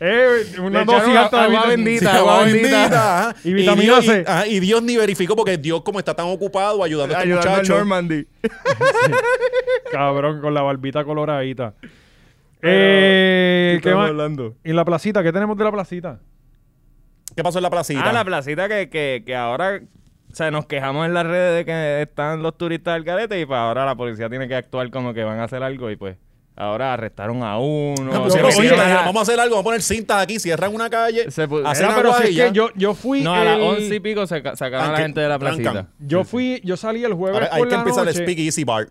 Eh, una Le dosis echaron alta de agua vitamina- bendita. Sí, agua agua bendita. bendita, ajá. Y vitamina Dios- C. y- ajá, y Dios ni verificó porque Dios, como está tan ocupado ayudando a este Ayudando al muchacho. Normandy. Cabrón, con la barbita coloradita. Eh, ¿Qué estamos más? hablando? ¿Y la placita? ¿Qué tenemos de la placita? ¿Qué pasó en la placita? Ah, la placita que, que, que ahora... O sea, nos quejamos en las redes de que están los turistas al garete y pues ahora la policía tiene que actuar como que van a hacer algo y pues ahora arrestaron a uno. No, Loco, se pusieron oye, cintas, metieron dijeron, a- vamos a hacer algo, vamos a poner cintas aquí, cierran una calle, Se pu- hacen Era, agua pero si y es ya. que yo, yo fui. No, a eh, las el- once y pico se ca- sacaron a la Tranqui- gente de la trancan. placita. Yo fui, yo salí el jueves Ahora por hay que la empezar noche. el Speak Easy Bar.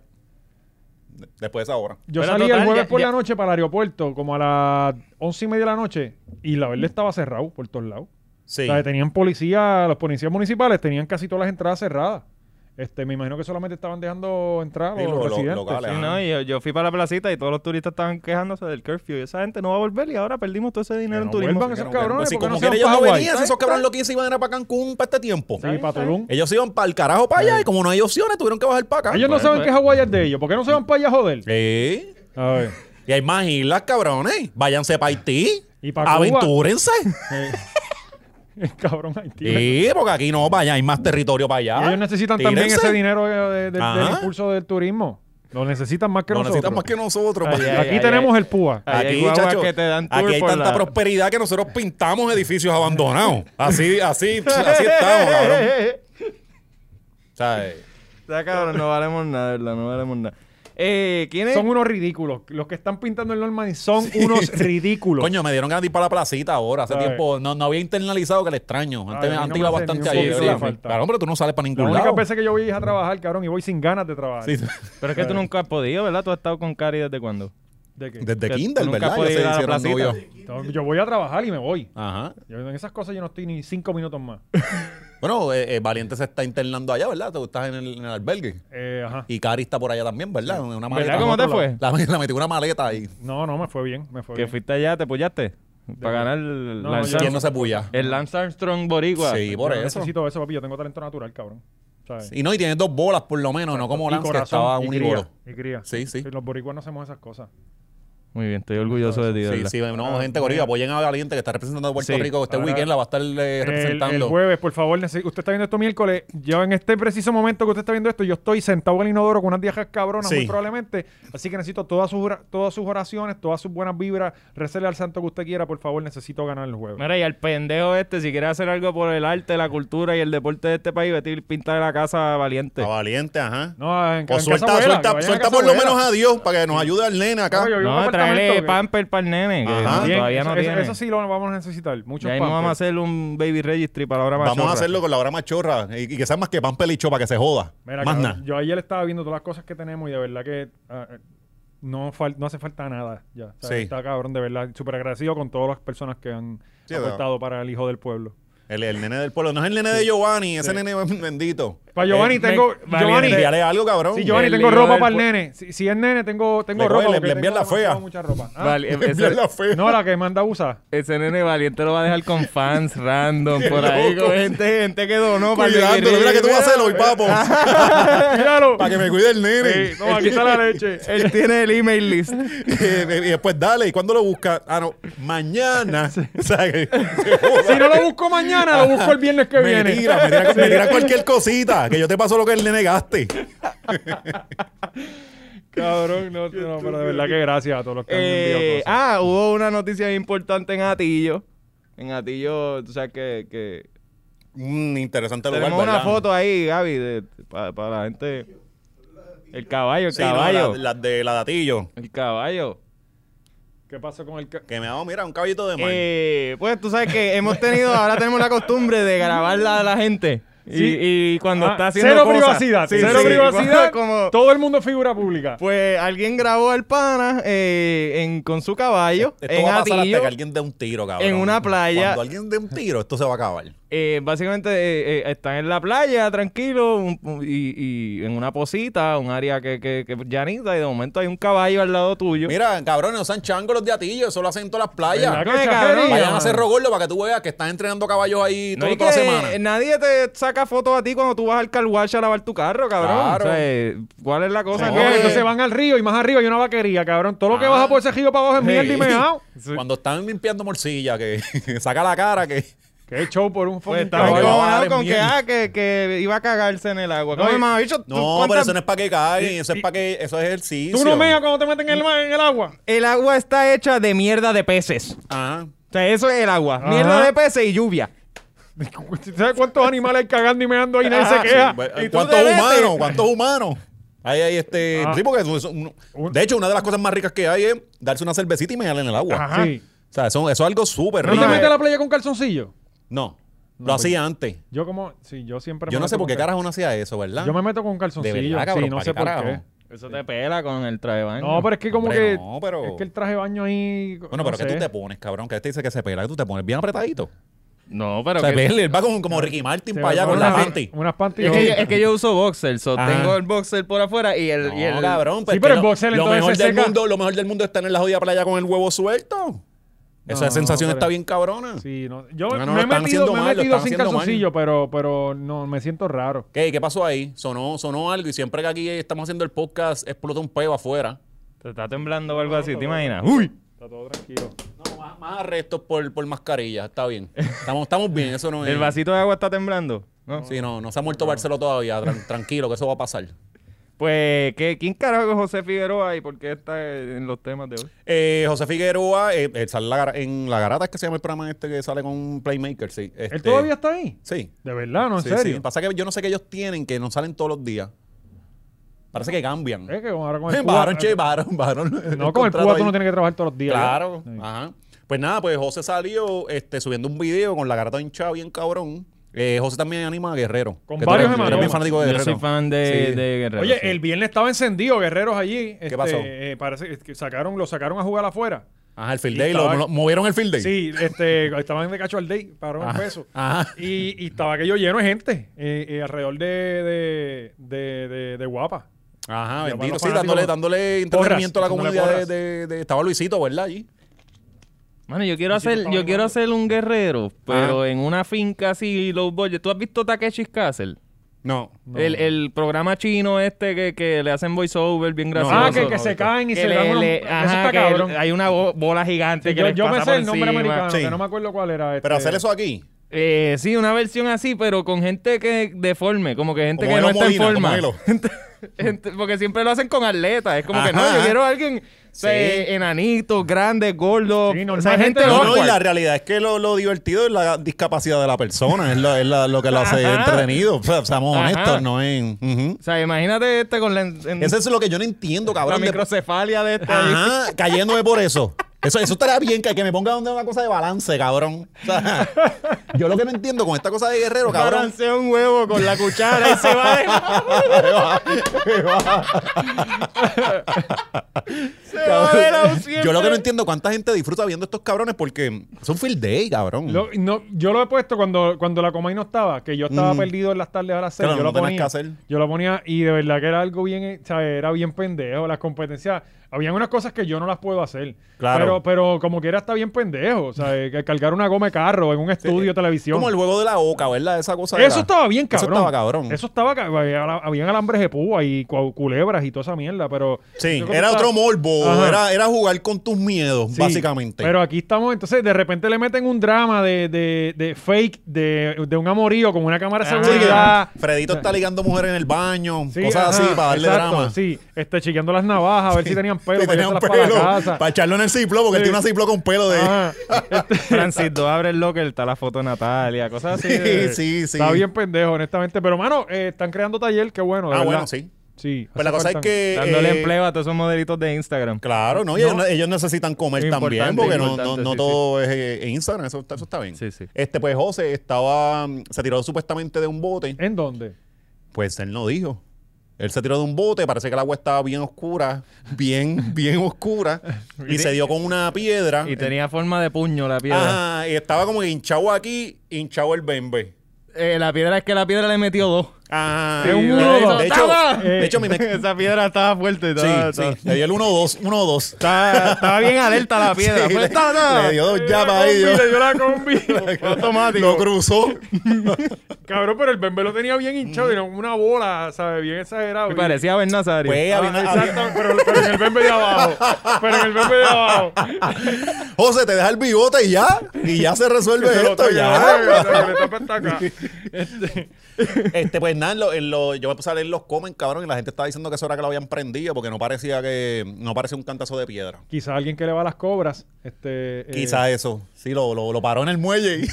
Después de esa hora. Yo Pero salí total, el jueves ya- por ya- la noche para el aeropuerto, como a las once y media de la noche, y la verdad estaba cerrado por todos lados. Sí. O sea, tenían policía, los policías municipales tenían casi todas las entradas cerradas. Este, me imagino que solamente estaban dejando entrar Sí, los, lo- lo- residentes. locales. Sí. Sí, no, y yo, yo fui para la placita y todos los turistas estaban quejándose del curfew. Y esa gente no va a volver y ahora perdimos todo ese Que dinero en no turismo. vuelvan esos cabrones, Pues Si ¿por qué como no se quiera van ellos pa' no Hawái? venían, si esos cabrones lo que se iban era para Cancún para este tiempo. Sí, pa' Tulum. Ellos se iban para el carajo para allá y como no hay opciones, tuvieron que bajar para acá. Ellos Eh. Ah, no Bueno, saben pues. que Hawái es de ellos. ¿Por qué no se van para allá, joder? Sí. A ver. Y hay más islas, cabrones. Váyanse para Haití. Y pa' Cuba. Aventúrense. El cabrón Haití. Y Sí, porque aquí no, para allá hay más territorio para allá. ellos necesitan también Tírense. ese dinero eh, de- de- del Ajá. impulso del turismo. Lo necesitan más que No nosotros. necesitan más que nosotros. Ay, pa' allá. ay, Aquí ay, tenemos ay. el PUA. Ay, hay Aquí, guaguas chacho, que te dan tour aquí hay por tanta la- prosperidad que nosotros pintamos edificios abandonados. Así, así, así estamos, cabrón. O sea, eh, Ya, cabrón, no valemos nada, de ¿verdad? No valemos nada. Eh, ¿Quién es? Son unos ridículos. Los que están pintando el Norman son unos ridículos. Coño, me dieron ganas de ir para la placita ahora. Hace Ay. tiempo no, no había internalizado que le extraño. Ay, a Antes, mí no antes me iba hace bastante ni un allí. poquito de sí. falta. Claro, pero tú no sales para La ningún única lado. vez que yo voy es a trabajar, cabrón, y voy sin ganas de trabajar. Sí. Pero es que tú nunca has podido, ¿verdad? Tú has estado con Cari desde cuándo. ¿De qué? Desde Que Kindle, tú nunca ¿verdad? puedes se ir a la hicieron placita. novios. Entonces, Yo voy a trabajar y me voy. Ajá. Yo, en esas cosas yo no estoy ni cinco minutos más. Bueno, eh, eh, Valiente se está internando allá, ¿verdad? Tú estás en el, en el albergue. Eh, ajá. Y Cari está por allá también, ¿verdad? En Una maleta. ¿Verdad cómo te otro fue? La, la metí una maleta ahí. No, no, me fue bien. Me fue Que bien. fuiste allá, te pullaste. Para ganar el Pues No, Lance yo- ¿Quién no Armstrong. se puya? El Lance Armstrong boricua. Sí, Yo por no eso. necesito eso, papi. Yo tengo talento natural, cabrón. ¿Sabes? Y no, y tienes dos bolas por lo menos, no como Y Lance que corazón, estaba y unívoro. cría, y cría. Sí, sí. Los boricuas no hacemos esas cosas. Muy bien, estoy orgulloso de ti, de Sí, ¿verdad? sí, Ah, no, gente corrida, apoyen a Valiente que está representando a Puerto Sí. Rico. Este Ahora- weekend la va a estar eh, El, representando. el jueves, por favor, neces- usted está viendo esto miércoles. Yo en este preciso momento que usted está viendo esto, yo estoy sentado en el inodoro con unas viejas cabronas, Sí. muy probablemente. Así que necesito todas sus, ora- todas sus oraciones, todas sus buenas vibras. Récele al santo que usted quiera, por favor. Necesito ganar el jueves. Mira, y al pendejo este, si quieres hacer algo por el arte, la cultura y el deporte de este país, vete y pintar la casa valiente. A Valiente, ajá. No, en, en Pues casa suelta, abuela, que suelta, vayan a suelta casa por lo abuela. menos a Dios para que nos ayude al nene acá. No, yo vivo en un No, apartamento traerle que- pamper para el nene, que Ajá. Bien, todavía no eso, eso- tiene. Ah, eso sí lo vamos a necesitar. Muchos ya mismo vamos a pampers. hacer un baby registry para ahora más. Vamos a hacerlo con la hora machorra y, y que sea más que pan pelicho para que se joda. Mira, más cabrón, nada. yo ayer estaba viendo todas las cosas que tenemos y de verdad que ah, eh, no, fal- no hace falta nada. Ya. O sea, Sí. Está cabrón, de verdad. Súper agradecido con todas las personas que han Sí, ¿verdad? aportado para el hijo del pueblo. El, el nene del pueblo. No es el nene de Giovanni, ese nene bendito. Para Giovanni Eh, tengo. me- Giovanni, valiente. Envíale algo, cabrón. Eh, sí, Giovanni El tengo hijo ropa del para el pue- nene. Si, si es nene, tengo, tengo Le ropa. coge, le- porque le envían tengo la fea. demasiado Mucha ropa. Ah, Vale, Envíale ese, la fea. No, la que manda usa. ese nene valiente lo va a dejar con fans random por ahí, loco. con gente, gente que donó para el baby Cuidándolo, mira que tú vas a hacerlo hoy, papo. Míralo. para que me cuide el nene. Sí, no, aquí está la leche. Él tiene el email list. Eh, y después dale, ¿y cuándo lo busca? Ah, no, mañana. O sea, que se Si joda. no lo busco mañana, lo busco el viernes que me viene. tira, me tira, me tira cualquier cosita, que yo te paso lo que el nene gaste. Cabrón, no, no, pero de verdad que gracias a todos los que han enviado Eh, cosas. ah, hubo una noticia importante en Atillo. En Atillo, tú sabes que, que Mm, interesante lugar, tenemos una ¿verdad? foto ahí, Gaby, de- para la gente. El caballo, el Sí, no, caballo. la, la de la datillo. El caballo. ¿Qué pasó con el ca- Que me ha dado, mira, un caballito de mar. Eh, pues tú sabes que hemos tenido, ahora tenemos la costumbre de grabar la, la gente. Y, Sí. y cuando Ah, está haciendo cero cosas- privacidad, Sí, cero sí. privacidad, Como- todo el mundo figura pública. pues alguien grabó al pana eh, en, con su caballo Esto en va a pasar Atillo. hasta que alguien dé un tiro, cabrón. en una playa. Cuando alguien dé un tiro, esto se va a acabar. Eh, básicamente eh, eh, están en la playa, tranquilo, un- un- y, y en una posita, un área que, que, que llanita, y de momento hay un caballo al lado tuyo. Mira, cabrón, no sean changos los de Atillo, eso lo hacen en todas las playas. ¿Verdad que Coño, es cabrón? chajería, Vayan a mano? hacer rogollo para que tú veas que están entrenando caballos ahí No todo- es toda que la semana. nadie te saca fotos a ti cuando tú vas al carwash a lavar tu carro, cabrón. Claro. O sea, eh, ¿cuál es la cosa? Ok, No, eh. Entonces van al río y más arriba hay una vaquería, cabrón. Todo lo que Ah. baja por ese río para abajo es mierda y meao. Sí. Cuando están limpiando morcilla, que saca la cara, que. Qué show por un Pues fucking estaba caballo, caballo. como- encojonado vale, con que, mierda. ah, que, que iba a cagarse en el agua. No, No, y- bicho, ¿tú No, pero cuántas- eso no es para que caigan, eso y- es para que. Eso es ejercicio. Tú no meas cuando te meten en el, mar- en el agua. El agua está hecha de mierda de peces. Ajá. O sea, eso es el agua. Ajá. Mierda de peces y lluvia. ¿Sabes cuántos animales hay cagando y meando ahí? Nadie se Ah, queja. Bueno, Y tú pues, ¿Cuántos te ves- humanos? ¿Cuántos humanos? Ahí hay este. Ah. sí, porque eso- eso- uno- Un- de hecho, una de las cosas más ricas que hay es darse una cervecita y mearla en el agua. Ajá. Sí. O sea, eso, eso es algo súper ¿No rico. te metes a la playa con calzoncillo? No, lo hacía antes. Yo como... Sí, yo siempre... Yo me no sé meto por qué con cal- carajo no hacía eso, ¿verdad? Yo me meto con calzoncillo. De verdad, cabrón, sí, no ¿para sé qué por carajo? qué. Eso te pela con el traje de baño. No, pero es que como Hombre, que... no, pero- Es que el traje de baño ahí... Bueno, no pero que este tú sé. te pones, cabrón, que te dice que se pela, que tú te pones bien apretadito. No, pero. O sea, que- ve, él va como, como Ricky Martin Se para allá me con pone la una- panty. Unas panty. es, que yo, es que yo uso boxer, so, Ajá. tengo el boxer por afuera y el. y No, el- cabrón, Sí, pero es que el lo- boxer lo, entonces mejor se del seca. mundo, lo mejor del mundo es estar en la jodida playa con el huevo suelto. Esa No, sensación pero- está bien cabrona. Sí, no. Yo No, me no, lo he están metido, haciendo me he mal, lo metido están sin haciendo mal. calzoncillo, pero, pero no, me siento raro. ¿Qué, ¿Qué pasó ahí? Sonó, sonó algo y siempre que aquí estamos haciendo el podcast explota un peo afuera. Te está temblando o algo así, ¿te imaginas? ¡Uy! Está todo tranquilo. No, más, más arrestos por, por mascarilla, está bien. Estamos, estamos bien, eso no es. ¿El vasito de agua está temblando? ¿No? Sí, no, no se ha muerto Barceló todavía, tran- tranquilo, que eso va a pasar. Pues, ¿qué, ¿quién carajo es José Figueroa y por qué está en los temas de hoy? Eh, José Figueroa, eh, eh, sale en la gar- en La Garata, es que se llama el programa este que sale con Playmaker, sí. Este- ¿Él todavía está ahí? Sí. De verdad, no, en Sí, serio. sí. Pasa que yo no sé qué ellos tienen, que no salen todos los días. Parece que cambian. Es que Eh, como ahora con el Cuba, eh, Bajaron, che, bajaron, bajaron. No, con el contrato Cuba tú ahí. no tienes que trabajar todos los días. Claro. Sí. Ajá. Pues nada, pues José salió este, subiendo un video con la garata hinchada bien cabrón. Eh, José también anima a Guerrero. Con Que tú varios eres- tú eres hematomas. bien fanático de Yo Guerrero. soy fan de, Sí. de Guerrero. Oye, sí. el viernes estaba encendido, guerreros allí. ¿Qué pasó? parece que sacaron, lo sacaron a jugar afuera. Ajá, el field Y day. lo- estaba- lo- ¿Movieron el field day? Ah, Sí, este, estaban de cacho al day, pagaron un peso. Ajá. Y, y estaba aquello lleno de gente eh, eh, alrededor de, de, de, de- de guapa. Ajá, Y para bendito. los Sí, dándole, fanáticos- dándole entretenimiento a la dándole comunidad de, porras. de- de- Estaba Luisito, ¿verdad? Allí. Mano, yo quiero Luisito hacer, estaba yo quiero animando. hacer un guerrero, pero en una finca así, low budget. ¿Tú has visto Takeshi's Castle? No. El, el programa chino este que, que le hacen voiceover bien gracioso. ah, que, que se caen y se dan unos- Eso ajá, está que cabrón. Hay una bo- bola gigante que yo les yo pasa pensé por el nombre encima. americano, Sí. que no me acuerdo cuál era. Pero este. hacer eso aquí. Eh, sí, una versión así, pero con gente que deforme, como que gente Como que no Elo está Molina, en como forma. Elo. Gente- gente- porque siempre lo hacen con atletas. Es como que no, Ajá. yo quiero a alguien o sea, eh, Sí. enanito, grande, gordo. Sí, o sea, normal, gente gente No, loca. no, y la realidad es que lo, lo divertido es la discapacidad de la persona, es, la- es la- lo que lo hace Ajá. entretenido. O sea, seamos Ajá. honestos, no es. Ujú. O sea, imagínate este con la, en- en- Eso es lo que yo no entiendo, la cabrón. de- microcefalia de este. ahí. Ajá, cayéndome por eso. Eso, eso estaría bien, que, que me ponga donde una cosa de balance, cabrón. O sea, yo lo que no entiendo con esta cosa de guerrero, cabrón. Balancea un huevo con la cuchara y se va de- se va de lado siempre. Yo lo que no entiendo cuánta gente disfruta viendo estos cabrones porque es un field day, cabrón. Lo- no, yo lo he puesto cuando, cuando la Comay no estaba, que yo estaba perdido en las tardes a las seis. Mm. Claro, yo no lo tenías ponía, que hacer. Yo lo ponía y de verdad que era algo bien, eh, o sea, era bien pendejo. Las competencias, habían unas cosas que yo no las puedo hacer. Claro. Pero, pero como quiera está bien pendejo. O sea, eh, que cargar una goma de carro en un estudio de televisión. eh, Como el juego de la oca, ¿verdad? Esa cosa. Eso era- estaba bien, cabrón. Eso estaba cabrón. Eso estaba ca- había ala- Habían alambres de púa y cua- culebras y toda esa mierda, pero. Sí, yo creo que era estaba- otro morbo, Ajá. era, era jugar con tus miedos, Sí, básicamente. Pero aquí estamos, entonces de repente le meten un drama de, de, de fake, de, de un amorío con una cámara de Ah, Sí, que seguridad. Fredito está ligando mujeres en el baño, Sí, cosas ajá, así para darle exacto, drama. Sí, este, chequeando las navajas, a ver si tenían pelo, Sí, para tenía un llevárselas para pelo, la casa. para echarlo en el ciplo, porque él Sí. Ah, tiene una ciplo con pelo de. Ajá. Este, Francisco, abre el locker, está la foto de Natalia, cosas así. Sí, de- sí, sí. Está bien pendejo, honestamente. Pero, mano, eh, están creando taller, qué bueno. de Ah, verdad. bueno, sí. Sí. Pues la hace cosa es falta. que. Dándole eh, empleo a todos esos modelitos de Instagram. Claro, no, y Ellos, ellos necesitan comer Importante, también, porque no, no, importante, no sí, todo es eh, Instagram, eso, está- eso está bien. Sí, sí. Este, pues José estaba, mm, se tiró supuestamente de un bote. ¿En dónde? Pues él no dijo. Él se tiró de un bote, parece que el agua estaba bien oscura, bien, bien oscura, y se dio con una piedra. Y tenía forma de puño la piedra. eh, Ajá, y estaba como que hinchado aquí, hinchado el bembe. Eh, la piedra es que la piedra le metió dos. Ajá. Es un Y- uno, dos. de hecho, de hecho, mi me- Esa piedra estaba fuerte. Estaba, sí, estaba- sí, le dio el 1-2, 1-2. estaba- estaba bien alerta la piedra. pues, Sí, Fue, le, ta, ta. le dio dos Yo la llamas Pues ahí. combi, yo- Yo la combi. automático. Lo cruzó. Cabrón, pero el Bembe lo tenía bien hinchado, era una bola, ¿sabes? Bien exagerado. Y Y- parecía Ben Nazario. Pues, Ah, había una- exacto, pero, pero en el Bembe de abajo. Pero en el Bembe de abajo. ah. José, te deja el bigote y ya. Y ya se resuelve Pero esto. te- Ya. te- te- te- te- te- acá. Este, pues nada, en lo- en lo- yo me puse a leer los comen, cabrón, y la gente estaba diciendo que eso era que lo habían prendido porque no parecía que no parecía un cantazo de piedra. Quizá alguien que le va a las cobras. Este, eh, Quizás eso. Sí, lo, lo, lo paró en el muelle y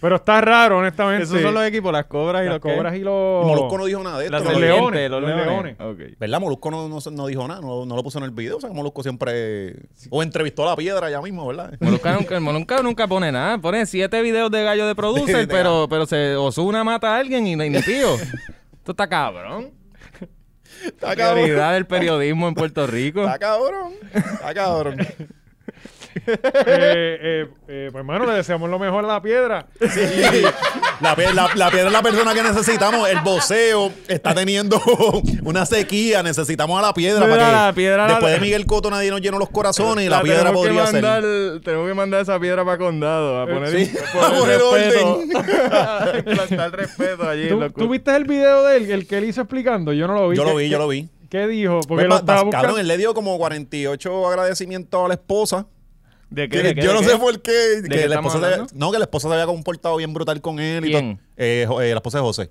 Pero está raro, honestamente. Esos son los equipos, las cobras y las los cobras que... y los. Molusco no dijo nada Oh. de esto. Las ¿no? los serpientes, leones, Los los leones. Ok. ¿Verdad? Molusco no, no, no dijo nada, no, no lo puso en el video. O sea, que Molusco siempre. O entrevistó a la piedra ya mismo, ¿verdad? Molusca nunca, Molusca nunca pone nada. Pone siete videos de gallo de producer, De- de pero, pero se Osuna mata a alguien y ni ni tío. Esto está cabrón. Está Prioridad del periodismo en Puerto Rico. Está cabrón. Está cabrón. eh, eh, pues, hermano, le deseamos lo mejor a la piedra. La, pie- la- la piedra es la persona que necesitamos. El voceo está teniendo una sequía. Necesitamos a la piedra. Mira, para que la piedra, la- después de Miguel Coto nadie nos llenó los corazones y la, piedra tenemos que podría ser. mandar, Tenemos que mandar esa piedra para condado, a poner, Sí. a A poner poner respeto. A implantar respeto allí. en ¿Tú, los tú viste el video de él, el que él hizo explicando? Yo no lo vi. Yo lo ¿Qué- vi, yo lo vi. ¿Qué dijo? Porque Pues, lo va- estaba va- cabrón, buscando. él le dio como 48 agradecimientos a la esposa. ¿De qué? Que- ¿De qué? yo ¿De no qué? sé por qué. que qué la estamos esposa se había- hablando? no, que la esposa se había comportado bien brutal con él. Y ¿Quién? todo. Eh, jo- eh, la esposa de José.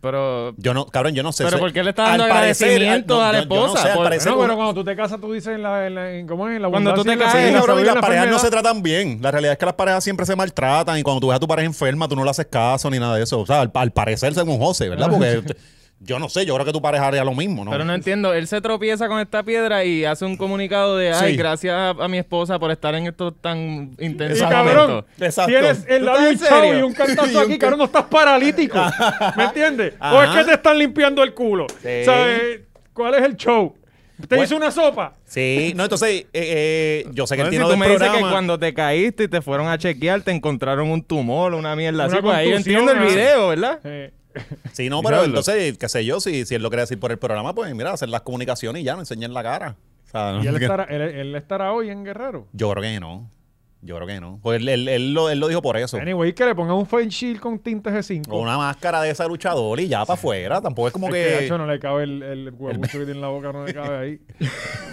Pero Yo no, cabrón, yo no sé. Pero Soy- ¿por qué le está dando al parecer, al- agradecimiento a la yo- yo no sé, esposa? al Por- parecer, No, uno- pero cuando tú te casas, tú dices en la, en la- en- ¿cómo es? En la Cuando tú abundancia y te la casas, Sí, pobreza, cabrón, y en la las parejas no enfermedad. se tratan bien. La realidad es que las parejas siempre se maltratan y cuando tú ves a tu pareja enferma, tú no le haces caso ni nada de eso. O sea, al, al parecer, según José, ¿verdad? Porque t- yo no sé, yo creo que tu pareja haría lo mismo, ¿no? Pero no entiendo, él se tropieza con esta piedra y hace un comunicado de, ay, Sí. gracias a, a mi esposa por estar en estos tan Y intensos cabrón, momentos. Exacto. tienes el ¿Tú labio estás en hinchado serio? y un Y cantazo un aquí, cabrón, no estás paralítico. ¿Me entiendes? O es Ajá. que te están limpiando el culo. Sí. ¿Sabes? ¿Cuál es el show? ¿Te Bueno. hizo una sopa? Sí, no, entonces, eh, eh, yo sé que No, el si tío tú del me dices que programa- cuando te caíste y te fueron a chequear, te encontraron un tumor o una mierda así, Una pues ahí yo contusión, entiendo el ¿no? video, ¿verdad? Eh, Sí, no, pero Diablo. entonces, qué sé yo, si, si él lo quiere decir por el programa, pues mira, hacer las comunicaciones y ya, no enseñen la cara. O sea, y él no- estará, él, él estará hoy en Guerrero. Yo creo que no. Yo creo que no. Pues él, él- él lo, él lo dijo por eso. Anyway, que le pongan un face shield con tintes de 5. Con una máscara de esa luchador y ya para afuera. Tampoco es como Es que. que, de hecho, no le cabe el, el huevucho que tiene en la boca, no le cabe ahí.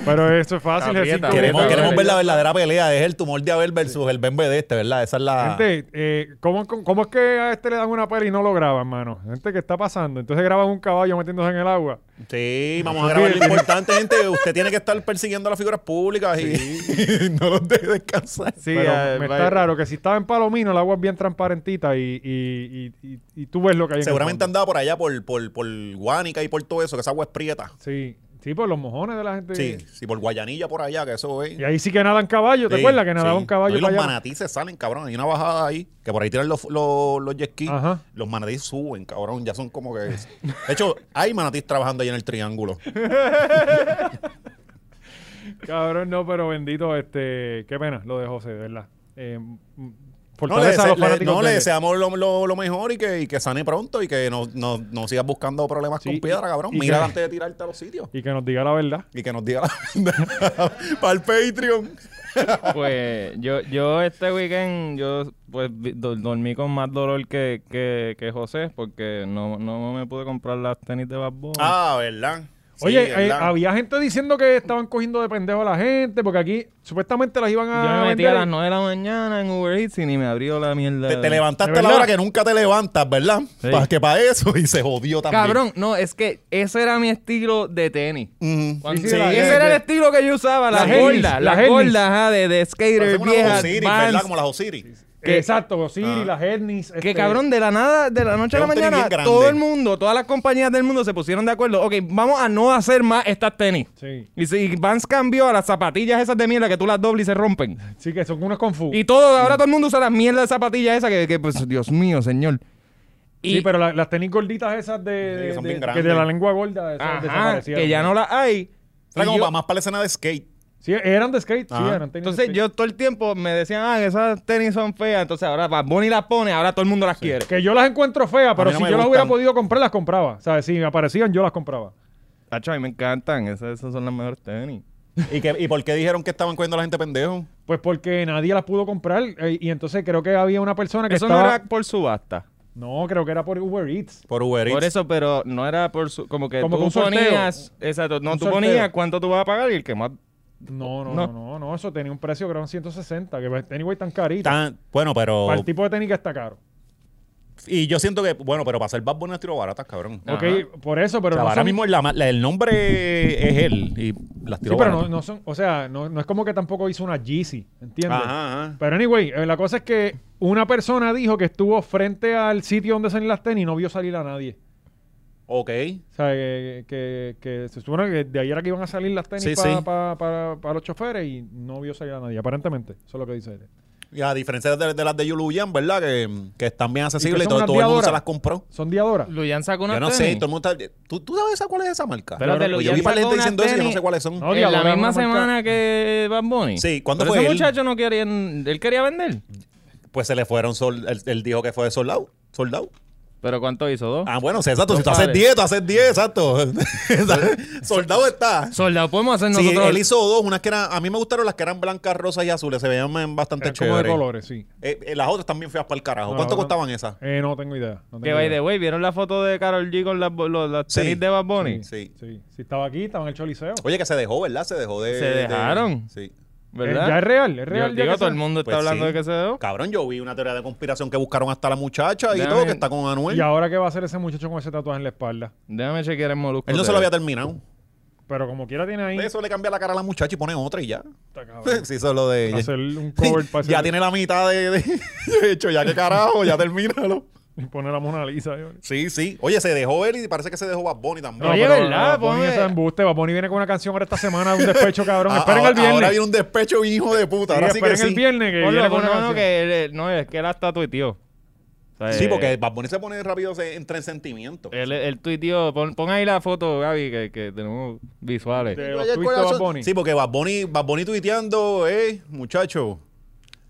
Pero eso es fácil. es Aprieta, cinco Queremos, Está minutos. bien, queremos está ver la verdadera pelea. Es el tumor de Abel versus el Ben de este, ¿verdad? Esa es la. Gente, eh, ¿cómo, cómo, cómo es que a este le dan una peli y no lo graban, mano? Gente, ¿qué está pasando? Entonces graban un caballo metiéndose en el agua. Sí, vamos a grabar lo importante, gente. Usted tiene que estar persiguiendo a las figuras públicas y, y no los deje descansar. Sí, Pero ah, me va- está raro que si estaba en Palomino, el agua es bien transparentita y, y, y, y, y tú ves lo que hay en el Seguramente fondo. andaba por allá, por, por, por Guánica y por todo eso, que esa agua es prieta. Sí, sí, por los mojones de la gente. Sí, sí, por Guayanilla por allá, que eso es. Y ahí sí que nadan caballos. ¿Te acuerdas que nadaba sí. un caballo No, y los para allá? manatís se salen, cabrón. Hay una bajada ahí, que por ahí tiran los, los, los jet skis. Ajá. Los manatís suben, cabrón. Ya son como que. De hecho, hay manatís trabajando ahí en el triángulo. Cabrón, no, pero bendito, este, qué pena lo de José, de verdad. Eh, m- No, le, fortaleza a los dese- le- fanáticos no, de le él. deseamos lo, lo- lo mejor y que, y que sane pronto y que no, no, no sigas buscando problemas Sí, con piedra, y- cabrón. y Mira que- antes de tirarte a los sitios. Y que nos diga la verdad. Y que nos diga la para el Patreon. Pues yo, yo este weekend, yo pues vi- do- dormí con más dolor que, que, que José, porque no, no me pude comprar las tenis de Bad Bunny. Ah, ¿verdad? Sí, Oye, eh, ¿verdad? había gente diciendo que estaban cogiendo de pendejo a la gente, porque aquí supuestamente las iban a. Yo me metí vender. a las 9 de la mañana en Uber Eats y ni me abrió la mierda. te, te eh, ¿De levantaste a la verdad? hora que nunca te levantas, ¿verdad? Sí. Para que para eso y se jodió también. Cabrón, no, es que ese era mi estilo de tenis. Ujú. Cuando- Sí, sí, la- ese de- era el de- estilo que yo usaba, las Las Helis, gordas, las las Helis. gordas ajá, de, de skater Parecen unas viejas, Osiris, Vans, ¿verdad? Como las Osiris. Que- Exacto, Osiris, Ah. las este, etnis. Que cabrón, de la nada, de la noche a Es la un tenis mañana, bien grande. todo el mundo, todas las compañías del mundo se pusieron de acuerdo. Ok, vamos a no hacer más estas tenis. Sí. Y si Vans cambió a las zapatillas esas de mierda que tú las dobles y se rompen. Sí, que son unos confus. Y todo, ahora todo el mundo usa las mierdas de zapatillas esas que, que, pues, Dios mío, señor. Y, sí, pero la- las tenis gorditas esas de. Sí, que de- son de- bien que grandes. de la lengua gorda. esas ajá, desaparecieron. que ya no las hay. Era Y como yo- para más para la escena de skate. Sí, eran de skate. Sí, Ajá. eran tenis de Entonces skate. yo todo el tiempo me decían, ah, esas tenis son feas. Entonces ahora Bad Bunny las pone, ahora todo el mundo las quiere. Que yo las encuentro feas, pero mí no si me yo las hubiera gustan. podido comprar, las compraba. O sea, si me aparecían, yo las compraba. Tacho, a mí me encantan. Esas, esas son las mejores tenis. ¿Y, que, ¿Y por qué dijeron que estaban cogiendo a la gente pendejo? Pues porque nadie las pudo comprar. eh, y entonces creo que había una persona que Eso estaba. no era por subasta. No, creo que era por Uber Eats. Por Uber Eats. Por eso, pero no era por su, como que Como que tú un sorteo. ponías, exacto, no Un tú sorteo. ponías cuánto tú vas a pagar y el que más No, no, no, No. no, no. Eso tenía un precio que eran 160, que anyway tan carito. Tan- bueno, pero. Para el tipo de técnica está caro. Y yo siento que, bueno, pero para ser Bad Bunny es tiro baratas, cabrón. Ajá. Ok, por eso, O pero sea, no ahora son- mismo la ma- la- el nombre es él y las Sí, tiro pero no, baratas. no son, o sea, no, no es como que tampoco hizo una Yeezy, ¿entiendes? Ajá, ajá. Pero anyway, eh, la cosa es que una persona dijo que estuvo frente al sitio donde salen las tenis y no vio salir a nadie. Ok. O sea, que, que- que se supone que de ayer que iban a salir las tenis Sí, para sí. los choferes y no vio salir a nadie, aparentemente. Eso es lo que dice él. Y a diferencia de, de las de Yuluyan, ¿verdad? Que, que están bien accesibles ¿Y y, qué son todo, unas todo el mundo diadoras? se las compró. ¿Son diadoras? Luyan sacó una Yo no sé, todo el mundo está- ¿Tú, tú sabes esa- cuál es esa marca? Pero te lo Porque yo vi ya para sacó gente unas diciendo eso y yo no tenis. sé cuáles son. No, en la diablo, misma una marca- semana que Bad Bunny. Sí, ¿cuándo Pero fue ese él? muchacho no quería, él quería vender. Pues se le fueron, sol- él, él dijo que fue de soldado. Soldado. Pero ¿cuánto hizo? ¿Dos? Ah, bueno, sí, exacto. Si tú No haces sabes. 10, tú haces 10, exacto. soldado está. Soldado, podemos hacer Sí, nosotros. él hizo dos, unas que eran, a mí me gustaron las que eran blancas, rosas y azules, se veían man, bastante Eran como de chéveres. colores, sí. Eh, eh, las otras también feas para el carajo. No, ¿Cuánto no, costaban esas? Eh, no tengo idea. no tengo Que by the idea. way, ¿vieron la foto de Carol G con las, los- las Sí. tenis de Bad Bunny? Sí. Sí, si estaba aquí, estaba en el Choliseo. Pues, Oye, que se dejó, ¿verdad? Se dejó de. Se de- dejaron. sí. Eh, ya es ¿Verdad? real, es Yo real. ya digo, que todo sea. el mundo está Pues hablando sí. de que se dejó. Cabrón, yo vi una teoría de conspiración que buscaron hasta la muchacha y Déjame- todo, que está con Anuel. ¿Y ahora qué va a hacer ese muchacho con ese tatuaje en la espalda? Déjame chequear el molusco. Él no se TV. lo había terminado. Pero como quiera tiene ahí. Eso le cambia la cara a la muchacha y pone otra y ya. Está cabrón. Sí, eso es lo de ella. Ah, Hacer un cover para pues, eh, ya hacer- tiene la mitad de, de, de hecho, ya que carajo, ya termínalo. y poner a Mona Lisa. yo- Sí, sí. Oye, se dejó él y parece que se dejó Bad Bunny también. Oye, pero ¿verdad? Pues, Bad Bunny Ponme- ese embuste. Bad Bunny viene con una canción ahora esta semana de un despecho, cabrón. Ah, esperen ahora, el viernes. Ahora viene un despecho, hijo de Sí, puta. Ahora sí que esperen sí. el viernes que Ponlo, viene con ponlo, una no, canción. que él- eh, no, es que él hasta tuiteó. O sea, Sí, eh, porque Bad Bunny se pone rápido se- entre en sentimiento. Él, él tuiteó, pon, pon ahí la foto, Gaby, que, que tenemos visuales. De- Yo los ayer tweets de corazón- Bad Bunny. Sí, porque Bad Bunny, Bad Bunny tuiteando, eh, muchacho.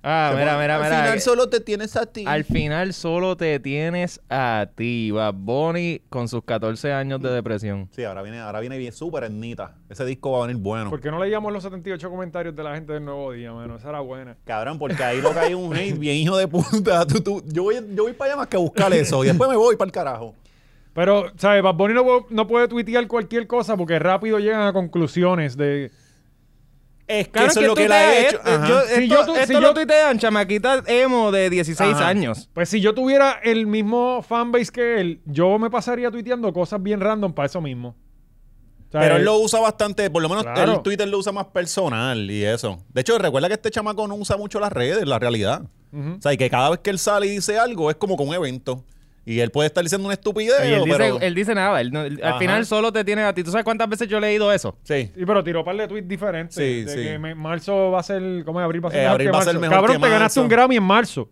Ah, Se mira, pone, mira, Al mira. final que- eh. solo te tienes a ti. Al final solo te tienes a ti, Bad Bunny, con sus 14 años de depresión. Sí, ahora viene, ahora viene bien súper etnita. Ese disco va a venir bueno. ¿Por qué no leíamos los 78 comentarios de la gente del Nuevo Día, mano? Esa era buena. Cabrón, porque ahí lo que hay un hate bien hijo de puta. Tú- tú- yo, voy, yo voy para allá más que a buscar eso. Y después me voy para el carajo. Pero, ¿sabes? Bad Bunny no, puede- no puede tuitear cualquier cosa porque rápido llegan a conclusiones de... Es que Claro eso que es lo que él tuitea ha esto. hecho. Ajá. Yo- Si esto yo tu- esto si lo yo- tuitean chamaquitas emo de 16 Ajá. años. Pues si yo tuviera el mismo fanbase que él, yo me pasaría tuiteando cosas bien random para eso mismo. O sea, Pero él eh, lo usa bastante, por lo menos Claro. el Twitter lo usa más personal y eso. De hecho, recuerda que este chamaco no usa mucho las redes, la realidad. Ujú. O sea, y que cada vez que él sale y dice algo es como con un evento. Y él puede estar diciendo una estupidez, Y él dice, pero... él dice nada, él no- él- Ajá. al final solo te tienes a ti. ¿Tú sabes cuántas veces yo he leído eso? Sí. Sí, pero tiró par de tweets diferentes. Sí, de sí. que me- marzo va a ser. ¿Cómo es? Abril va a ser Eh, mejor abril que va a ser marzo. mejor Cabrón, que te ganaste marzo. un Grammy en marzo.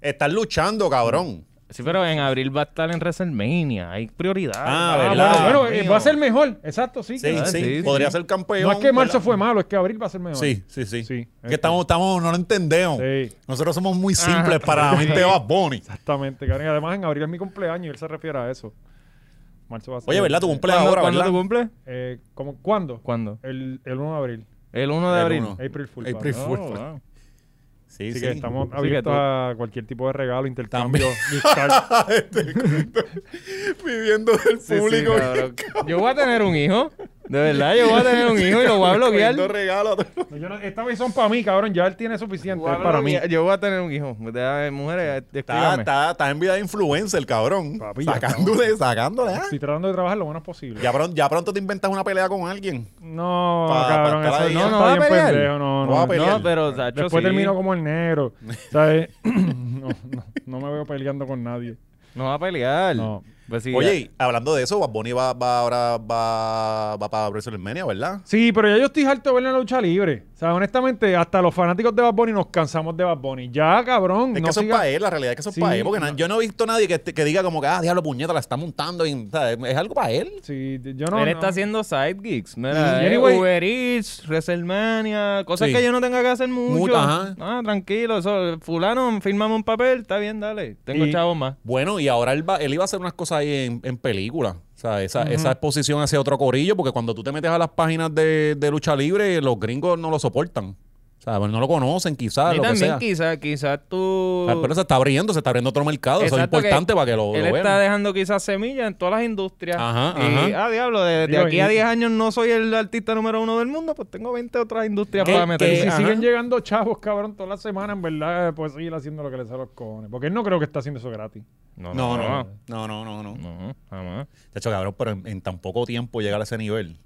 Están luchando, cabrón. Sí, pero en abril va a estar en WrestleMania. Hay prioridad. Ah, Ah, ¿verdad? bueno, bueno, Dios eh, mío. va a ser mejor. Exacto, sí. Sí, claro. sí. sí, sí. Podría ser campeón. No es que marzo ¿verdad? fue malo, es que abril va a ser mejor. Sí, sí, sí. Sí, este. que estamos, estamos, no lo entendemos. Sí. Nosotros somos muy simples para la mente de Bad Bunny. Exactamente, cabrón. Y además en abril es mi cumpleaños y él se refiere a eso. Marzo va a ser. Oye, ¿verdad? Tu ¿Cuándo, cumpleaños ahora, cuándo ¿verdad? tu cumple? Eh, ¿cómo- ¿Cuándo? ¿Cuándo? El, el 1 de abril. El 1 de El abril. uno. April Fool. Ah. April papi. Fool. Oh, wow. Sí, Así que estamos Así que abiertos tú- a cualquier tipo de regalo, intercambio, gift card. Este, Viviendo del Sí, sí, público. cabrón. yo voy a tener un hijo. De verdad, yo voy a tener un hijo y lo voy a bloquear. Cogiendo regalo. No, yo no- esta vez son para mí, cabrón. Ya él tiene suficiente Voy a es para mí. bloquear- Yo voy a tener un hijo. Déjame, Mujeres, Está, escríbame. está, está en vida de influencer, cabrón. Papi, ya sacándole, sacándole. ¿ah? Estoy tratando de trabajar lo menos posible. Ya, pronto, ya pronto te inventas una pelea con alguien. No, Pa- pa cabrón, estar eso ahí. no, No, no está va a bien pelear. pendejo, no, No va a no. pelear. No, pero, Sacho, Después sí. termino como el negro. ¿sabes? no, no, no me veo peleando con nadie. No va a pelear. No. Pues sí, Oye, y hablando de eso, Bad Bunny va, va ahora va, va para WrestleMania, ¿verdad? Sí, pero ya yo estoy harto de verle en la lucha libre. O sea, honestamente, hasta los fanáticos de Bad Bunny nos cansamos de Bad Bunny. Ya, cabrón. Es no que eso siga- es para él, la realidad es que eso Sí, es para él. Porque na- yo no he visto a nadie que, te- que diga como que, ah, diablo, puñeta, la está montando. y, o sea, es algo para él. Sí, yo ya- no. él no. está haciendo side gigs. Mira, Y eh, anyway- Uber Eats, WrestleMania, cosas Sí. que yo no tenga que hacer mucho. Mucho, ajá. Ah, tranquilo. Eso, fulano, fírmame un papel. Está bien, dale. Tengo Y- chavos más. Bueno, y ahora él, va- él iba a hacer unas cosas ahí en, en película. O sea, esa, esa exposición hacia otro corillo, porque cuando tú te metes a las páginas de, de lucha libre, los gringos no lo soportan. O sea, no lo conocen, quizás, Ah, Y lo que también sea. quizás quizás O tú... sea, Pero se está abriendo, se está abriendo otro mercado. Eso es Exacto, importante que para que lo, Él lo está vean. dejando quizás semillas en todas las industrias. Ajá, y, ajá. ah, diablo, de, de Digo, aquí y- a 10 años no soy el artista número uno del mundo, pues tengo 20 otras industrias Que- para Y meter. si Ajá. siguen llegando chavos, cabrón, todas las semanas, en verdad, pues seguir haciendo lo que les sale a los cojones. Porque él no creo que está haciendo eso gratis. No, Ah. no, no, no, no, no. No, jamás. De hecho, cabrón, pero en, en tan poco tiempo llegar a ese nivel.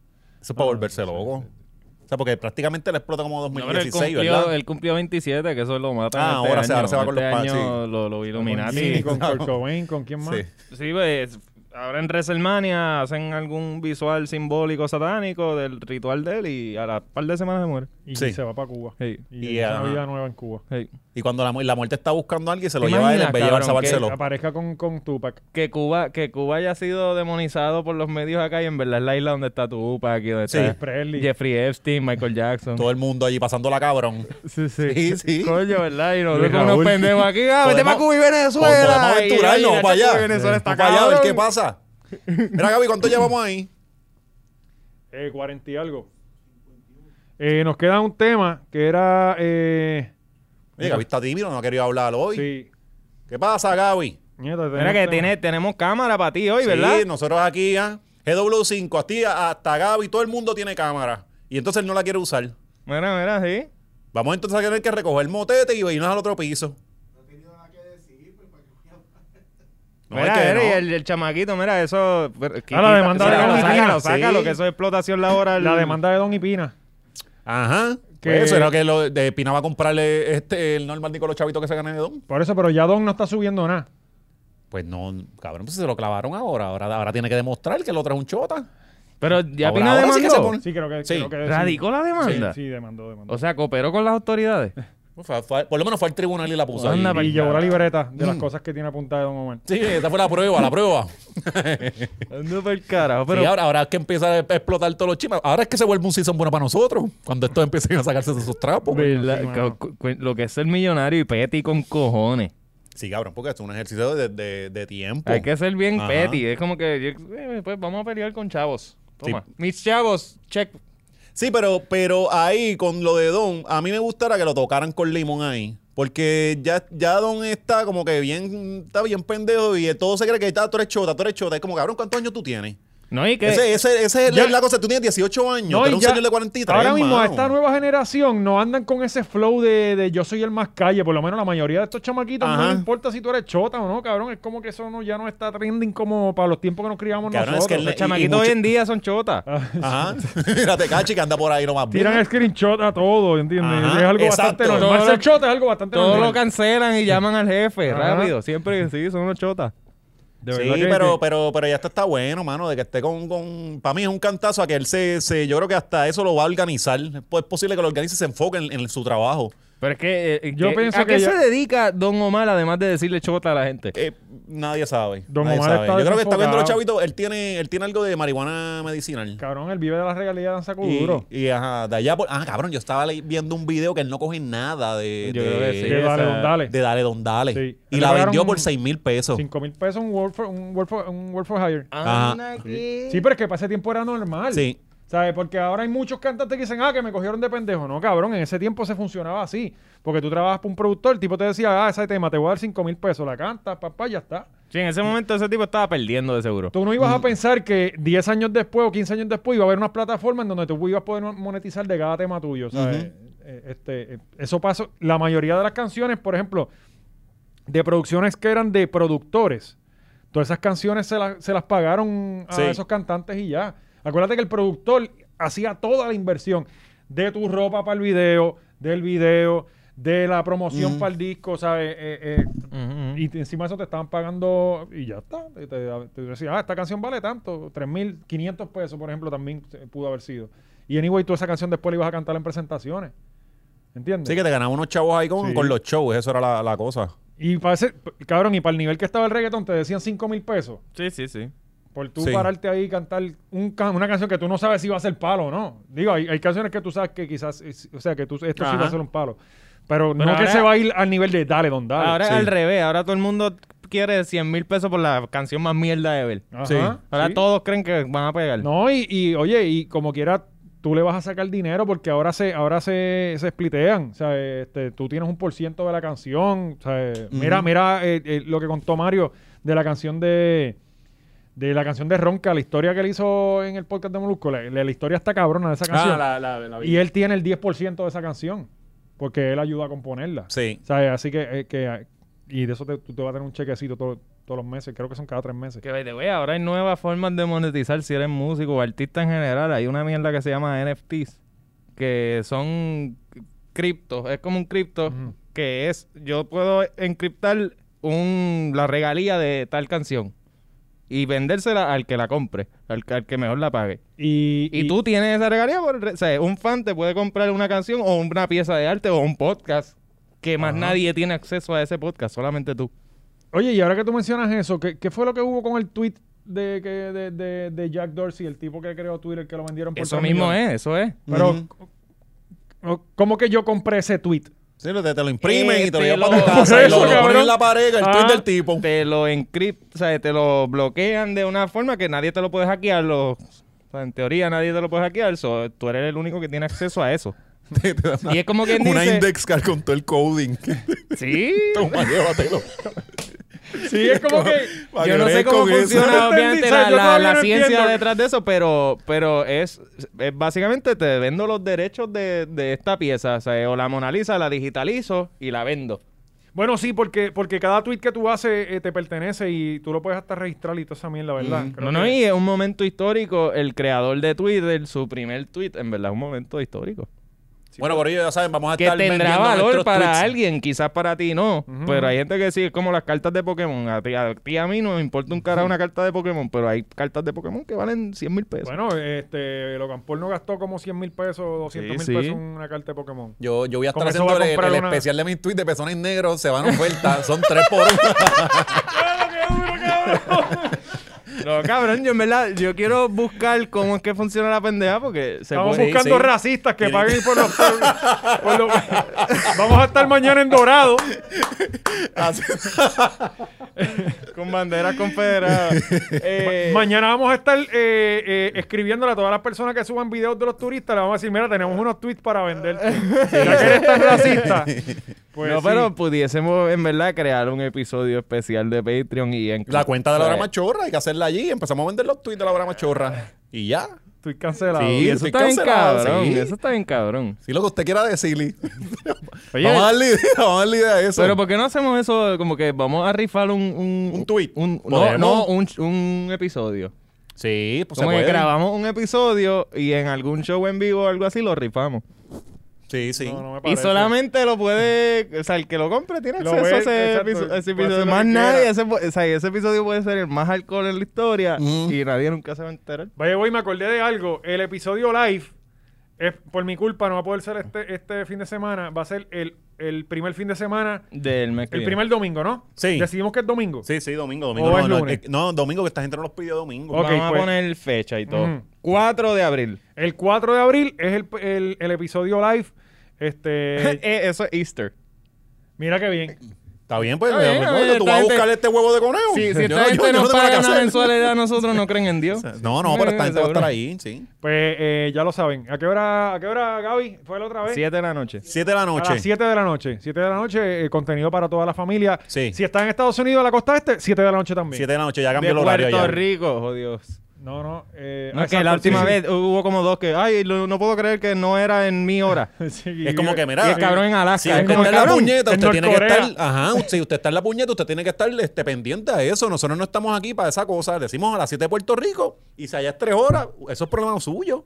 Eso es para volverse loco. O sea, porque prácticamente le explota como No, pero él 2016, cumplió, ¿verdad? él cumplió 27, que eso lo mata. Ah, este ahora se- año. ahora se va con Este los pa- año Lo, lo Con Illuminati. Gini, con Kurt Cobain, ¿con quién más? Sí. Sí, pues, ahora en WrestleMania hacen algún visual simbólico satánico del ritual de él y a las par de semanas se muere. Y Sí. se va para Cuba. Hey, Y Y, empieza una ajá. vida nueva en Cuba. hey. Y cuando la, mu- la muerte está buscando a alguien, se lo ¿Te lleva a él en imaginas, vez de llevarse a cabrón, que- Barceló. Aparezca con, con Tupac. Que Cuba, que Cuba haya sido demonizado por los medios acá y en verdad es la isla donde está Tupac y donde Sí. está Presley. Jeffrey Epstein, Michael Jackson. Todo el mundo allí pasándola, cabrón. Sí, Sí, sí. Coño, ¿verdad? Y Luis nosotros como unos Raúl. pendejos aquí. Ah, vete Podemos- para Cuba y Pues Podemos Venezuela. Y- aventurarnos y- y- para allá. Cuba y Venezuela está Vamos para allá a ver cabrón. qué pasa. Mira, Gaby, ¿cuánto llevamos ahí? Eh, 40 y algo. Eh, nos queda un tema que era. Eh, Oye, Gaby está tímido, no ha querido hablar hoy. sí. ¿Qué pasa, Gaby? Mira Mira que tiene, tenemos cámara para ti hoy, Sí, ¿verdad? nosotros aquí, ¿ah? GW5, a ti, a- hasta Gaby, todo el mundo tiene cámara. Y entonces él no la quiere usar. Mira, mira, sí. Vamos entonces a tener que recoger el motete y irnos al otro piso. No mira, es que mira, y no. el, el chamaquito, mira, eso. pero- Ah, la demanda de sácalo, Carolina. sácalo, Sí. sácalo, que eso es explotación laboral. La demanda de Don y Pina. Ajá. Que- Pues eso era que lo de Pina va a comprarle este, el normal con los chavitos que se ganan de Don. Por eso, pero ya Don no está subiendo nada. Pues no, cabrón, pues se lo clavaron ahora. Ahora, ahora tiene que demostrar que lo trae un chota. Pero ya Ahora- Pina ahora sí que se demandó. pone- Sí, creo que. Sí. creo que ¿Radicó la demanda? Sí, sí, demandó, demandó. O sea, cooperó con las autoridades. Pues Fue- fue- por lo menos fue al tribunal y la puso. Anda ahí. pa'l- y llevó la libreta de Mm. las cosas que tiene apuntada Don Omar. Sí, esa fue la prueba, la prueba. Ando por el carajo, pero. Sí, ahora, ahora es que empieza a explotar todos los chimas. Ahora es que se vuelve un season bueno para nosotros. Cuando estos empiecen a sacarse de esos trapos. ¿verdad? sí, mano. Cu- cu- lo que es ser millonario y petty con cojones. Sí, cabrón, porque es un ejercicio de, de- de tiempo. Hay que ser bien Ajá. petty. Es como que, yo- eh, pues vamos a pelear con chavos. Toma. Sí. Mis chavos, check. Sí, pero, pero ahí con lo de Don, a mí me gustara que lo tocaran con limón ahí. Porque ya, ya Don está como que bien, está bien pendejo y todo se cree que está, tú eres chota, tú eres chota. Es como, cabrón, ¿cuántos años tú tienes? No, y que. Ese, ese, ese es Ya. la- la cosa, tú tienes 18 años, No, tú y eres un ya- señor de 43. Ahora mismo, mano. esta nueva generación no andan con ese flow de, de yo soy el más calle. Por lo menos la mayoría de estos chamaquitos no Ajá. le importa si tú eres chota o no, cabrón. Es como que eso no, ya no está trending como para los tiempos que nos criamos Cabrón, es que nosotros. el- Los y- y chamaquitos mucho- hoy en día son chotas. Ajá. Mira, Tecachi que anda por ahí nomás. Tiran screenshot a todo, ¿entiendes? Ajá, es algo bastante exacto. normal. Todo Ser lo- chota es algo bastante Todo lo normal. cancelan y llaman al jefe, Ajá. rápido. Siempre sí, son unos chotas. De Sí, verdad que- pero, que- pero, pero ya está, está bueno, mano, de que esté con, con... Para mí es un cantazo a que él se, se... Yo creo que hasta eso lo va a organizar. Pues es posible que lo organice y se enfoque en, en su trabajo. Pero es que. eh, Yo ¿qué- pienso ¿A que qué ya- se dedica Don Omar además de decirle chota a la gente? Eh, nadie sabe. Don nadie Omar sabe. está Yo creo que está viendo los desenfocado. chavitos. Él tiene, él tiene algo de marihuana medicinal. Cabrón, él vive de la regalía de Danza Y, Cuduro. y, ajá, de allá por- Ah, cabrón, yo estaba le- viendo un video que él no coge nada de... Yo de, creo que sí. Que dale, esa- don, dale. de Dale Don Dale. Sí. Y Le la pagaron vendió por un- 6 mil pesos. 5 mil pesos un work, for, un, work for, un work for hire. Ah. Ajá. Anda aquí. Sí, pero es que para ese tiempo era normal. Sí. ¿Sabes? Porque ahora hay muchos cantantes que dicen, ah, que me cogieron de pendejo. No, cabrón, en ese tiempo se funcionaba así. Porque tú trabajas para un productor, el tipo te decía, ah, ese tema, te voy a dar 5 mil pesos, la canta, papá, ya está. Sí, en ese momento ese tipo estaba perdiendo de seguro. Tú no ibas a pensar que 10 años después o 15 años después iba a haber unas plataformas en donde tú ibas a poder monetizar de cada tema tuyo. ¿sabes? Eh, este, eh, eso pasó. La mayoría de las canciones, por ejemplo, de producciones que eran de productores, todas esas canciones se, las- se las pagaron a Sí. esos cantantes y ya. Acuérdate que el productor hacía toda la inversión de tu ropa para el video, del video, de la promoción para el disco, ¿sabes? Eh, eh, Ujú, ujú. y te- encima de eso te estaban pagando y ya está. Te, te- te decía, ah, esta canción vale tanto, 3.500 pesos, por ejemplo, también se- pudo haber sido. Y anyway, tú esa canción después la ibas a cantar en presentaciones. ¿Entiendes? Sí, que te ganaba unos chavos ahí con, Sí. con los shows. Eso era la, la cosa. Y para ese, p- cabrón, y para el nivel que estaba el reggaetón te decían 5 mil pesos Sí, sí, sí. por tú Sí. pararte ahí y cantar un ca- una canción que tú no sabes si va a ser palo o no. Digo, hay, hay canciones que tú sabes que quizás, es- o sea, que tú, esto sí Ajá. va a ser un palo. Pero, no ahora- que se va a ir al nivel de dale, don, dale. Ahora es sí. al revés, ahora todo el mundo quiere 100 mil pesos por la canción más mierda de Ever. Ajá, sí. Ahora sí. todos creen que van a pegar. No, y, y, oye, y como quiera, tú le vas a sacar dinero porque ahora se, ahora se, se splitean. O sea, este, tú tienes un por ciento de la canción. o sea, Mira, mira eh, eh, lo que contó Mario de la canción de. De la canción de Ronca, la historia que él hizo en el podcast de Molusco, la, la- la historia está cabrona de Ah, esa canción. y él tiene el 10% de esa canción, porque él ayuda a componerla. Sí. O sea, Así que, eh, que, eh, y de eso te- tú te vas a tener un chequecito todo- todos los meses, creo que son cada tres meses. Que by the way, ahora hay nuevas formas de monetizar si eres músico o artista en general. Hay una mierda que se llama NFTs, que son criptos. Es como un cripto Ujú. que es, yo puedo encriptar un, la regalía de tal canción. y vendérsela al que la compre, al, al que mejor la pague. Y, Y, tú tienes esa regalía. Por, re- o sea, un fan te puede comprar una canción o una pieza de arte o un podcast que más nadie tiene acceso a ese podcast, solamente tú. Oye, y ahora que tú mencionas eso, ¿qué, qué fue lo que hubo con el tweet de, que, de, de- de Jack Dorsey, el tipo que creó Twitter, que lo vendieron por Eso 3 mismo millones? es, eso es. Pero, Ujú. co- ¿cómo que yo compré ese tweet? Sí, lo- te, te lo imprimen y te lo Este llevan para tu lo- casa Por y lo, eso, lo ponen cabrón. en la pared, el tweet Ah. del tipo. Te lo encriptan, o sea, te lo bloquean de una forma que nadie te lo puede hackear. Lo, o sea, en teoría nadie te lo puede hackear. so, tú eres el único que tiene acceso a eso. Te- te dan Y es como que una dice- index card con todo el coding. Sí. Toma, llévatelo. Sí, es como que... Para Yo que no sé bregues cómo con eso. No funciona, entendí, o obviamente, sea, yo la, la- todavía la no ciencia entiendo. detrás de eso, pero, pero es, es básicamente te vendo los derechos de, de esta pieza. O, sea, o la Mona Lisa, la digitalizo y la vendo. Bueno, sí, porque, porque cada tweet que tú haces eh, te pertenece y tú lo puedes hasta registrar y todo eso también, la verdad. Creo No, no, que- y es un momento histórico. El creador de Twitter, su primer tweet, en verdad, es un momento histórico. Bueno, por ello ya saben, vamos a Que estar tendrá vendiendo valor nuestros para tweets. alguien, quizás para ti no. Ujú. Pero hay gente que sí, es como las cartas de Pokémon. A ti, a, ti y a mí no me importa un cara una carta de Pokémon, pero hay cartas de Pokémon que valen 100 mil pesos. Bueno, este, Logan Paul no gastó como 100 mil pesos, 200 mil Sí, sí. pesos en una carta de Pokémon. Yo, yo voy a estar Con eso va a haciendo el, comprar el una- especial de mis tweets de personas negros. Se van a oferta. Son tres por uno. No, cabrón, yo en verdad, yo quiero buscar cómo es que funciona la pendeja porque se Estamos puede... buscando sí. racistas que Tienen paguen por los... por los- Vamos a estar mañana en Dorado. con banderas confederadas. Eh, Mañana vamos a estar eh, eh, escribiéndole a todas las personas que suban videos de los turistas. Le vamos a decir, mira, tenemos unos tweets para vender. Ya que eres tan racista. Pues no, sí. pero pudiésemos en verdad crear un episodio especial de Patreon y en La cuenta de la hora ¿sabes? machorra. Hay que hacerla allí. Empezamos a vender los tweets de la hora machorra. Y ya. Tweet cancelado. Sí, eso estoy está bien cancelado, cabrón. sí. Eso está bien cabrón. Si lo que usted quiera decirle. Oye, vamos a darle idea, vamos a darle idea a eso. pero pues, ¿por qué no hacemos eso? Como que vamos a rifar un... Un, Un tweet. un- no, ¿Podemos? no, un, un episodio. sí, pues se como que puede. grabamos un episodio y en algún show en vivo o algo así lo rifamos. Sí, sí. No, no me Y parece. solamente lo puede, o sea, el que lo compre tiene Lo acceso ve, a ese, exacto, episo- a ese puede episodio. hacer lo Más que nadie, quiera. ese, po- o sea, ese episodio puede ser el más alcohol en la historia Mm. y nadie nunca se va a enterar. Vaya, voy, me acordé de algo. El episodio live, es, por mi culpa, no va a poder ser este, este fin de semana. Va a ser el, el primer fin de semana, Del mes que el viene. primer domingo, ¿no? Sí. Decidimos que es domingo. Sí, sí, domingo, O domingo. No, es no, lunes. eh, no, domingo que esta gente no los pidió domingo. Ok, Vamos pues. a poner fecha y todo. Ujú. 4 de abril. El 4 de abril es el, el- el episodio live. Este, Eh, eso es Easter. mira qué bien. Está bien, pues. Está bien, bueno, a ver, tú esta vas a gente- buscar este huevo de conejo. Si, Yo si esta no- yo- gente yo no nos tengo nada que paga una hacer. mensualidad, nosotros no creen en Dios. No, no, pero esta gente va a estar Seguro. ahí, sí. Pues eh, ya lo saben. ¿A qué hora, a qué hora Gaby? ¿Fue la otra vez? 7 de la noche. Siete de la A noche. las 7 de la noche. 7 de la noche, eh, contenido para toda la familia. Sí. Si está en Estados Unidos, a la costa este, 7 de la noche también. Siete de la noche, ya cambió De el horario. Puerto ya. Rico, oh Dios. No, no. eh, No, ah, es que la exacto, última sí, vez hubo como dos que, ay, lo- no puedo creer que no era en mi hora. sí. Sí, Es como que, Y mira. eh, el cabrón en Alaska. Si es usted como, está en la cabrón, puñeta, en usted tiene que Norcorea. estar. Ajá, si usted está en la puñeta, usted tiene que estar este, pendiente a eso. Nosotros no estamos aquí para esa cosa. Le decimos a las 7 de Puerto Rico y si allá es 3 horas, eso es problema suyo.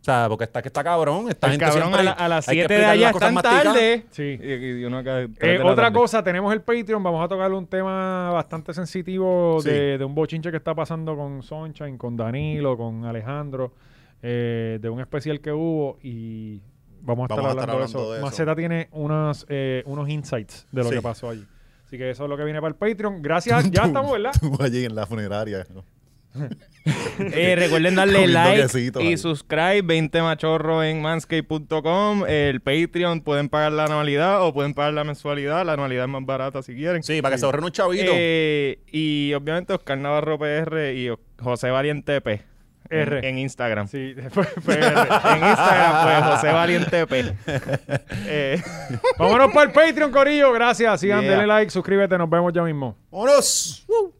O sea, porque está que está cabrón. Esta El gente cabrón siempre a, la- a las hay que 7 de explicarle allá las cosas están masticadas. tarde. Sí. Y, y uno acá, tres Eh, de la otra tarde. cosa, tenemos el Patreon. Vamos a tocar un tema bastante sensitivo Sí. de, de un bochinche que está pasando con Sunshine, con Danilo, con Alejandro, eh, de un especial que hubo y vamos a estar, Vamos a hablando, estar de eso. hablando de eso. Maceta tiene unas, eh, unos insights de lo Sí. que pasó allí. Así que eso es lo que viene para el Patreon. Gracias, ya estamos, ¿verdad? Tú allí en la funeraria. ¿no? Eh, recuerden darle Comiendo like quesito, y vale. subscribe. 20 machorro en manscape.com. El Patreon pueden pagar la anualidad o pueden pagar la mensualidad. La anualidad es más barata si quieren. Sí, para que se ahorren un chavito. Eh, y obviamente Oscar Navarro PR y o- José Valiente P. R. En, en Instagram. Sí, pues, después En Instagram, pues José Valiente P. Eh, Vámonos para el Patreon, Corillo. Gracias. Sigan, Yeah. denle like, suscríbete. Nos vemos ya mismo. ¡Vámonos! ¡Woo!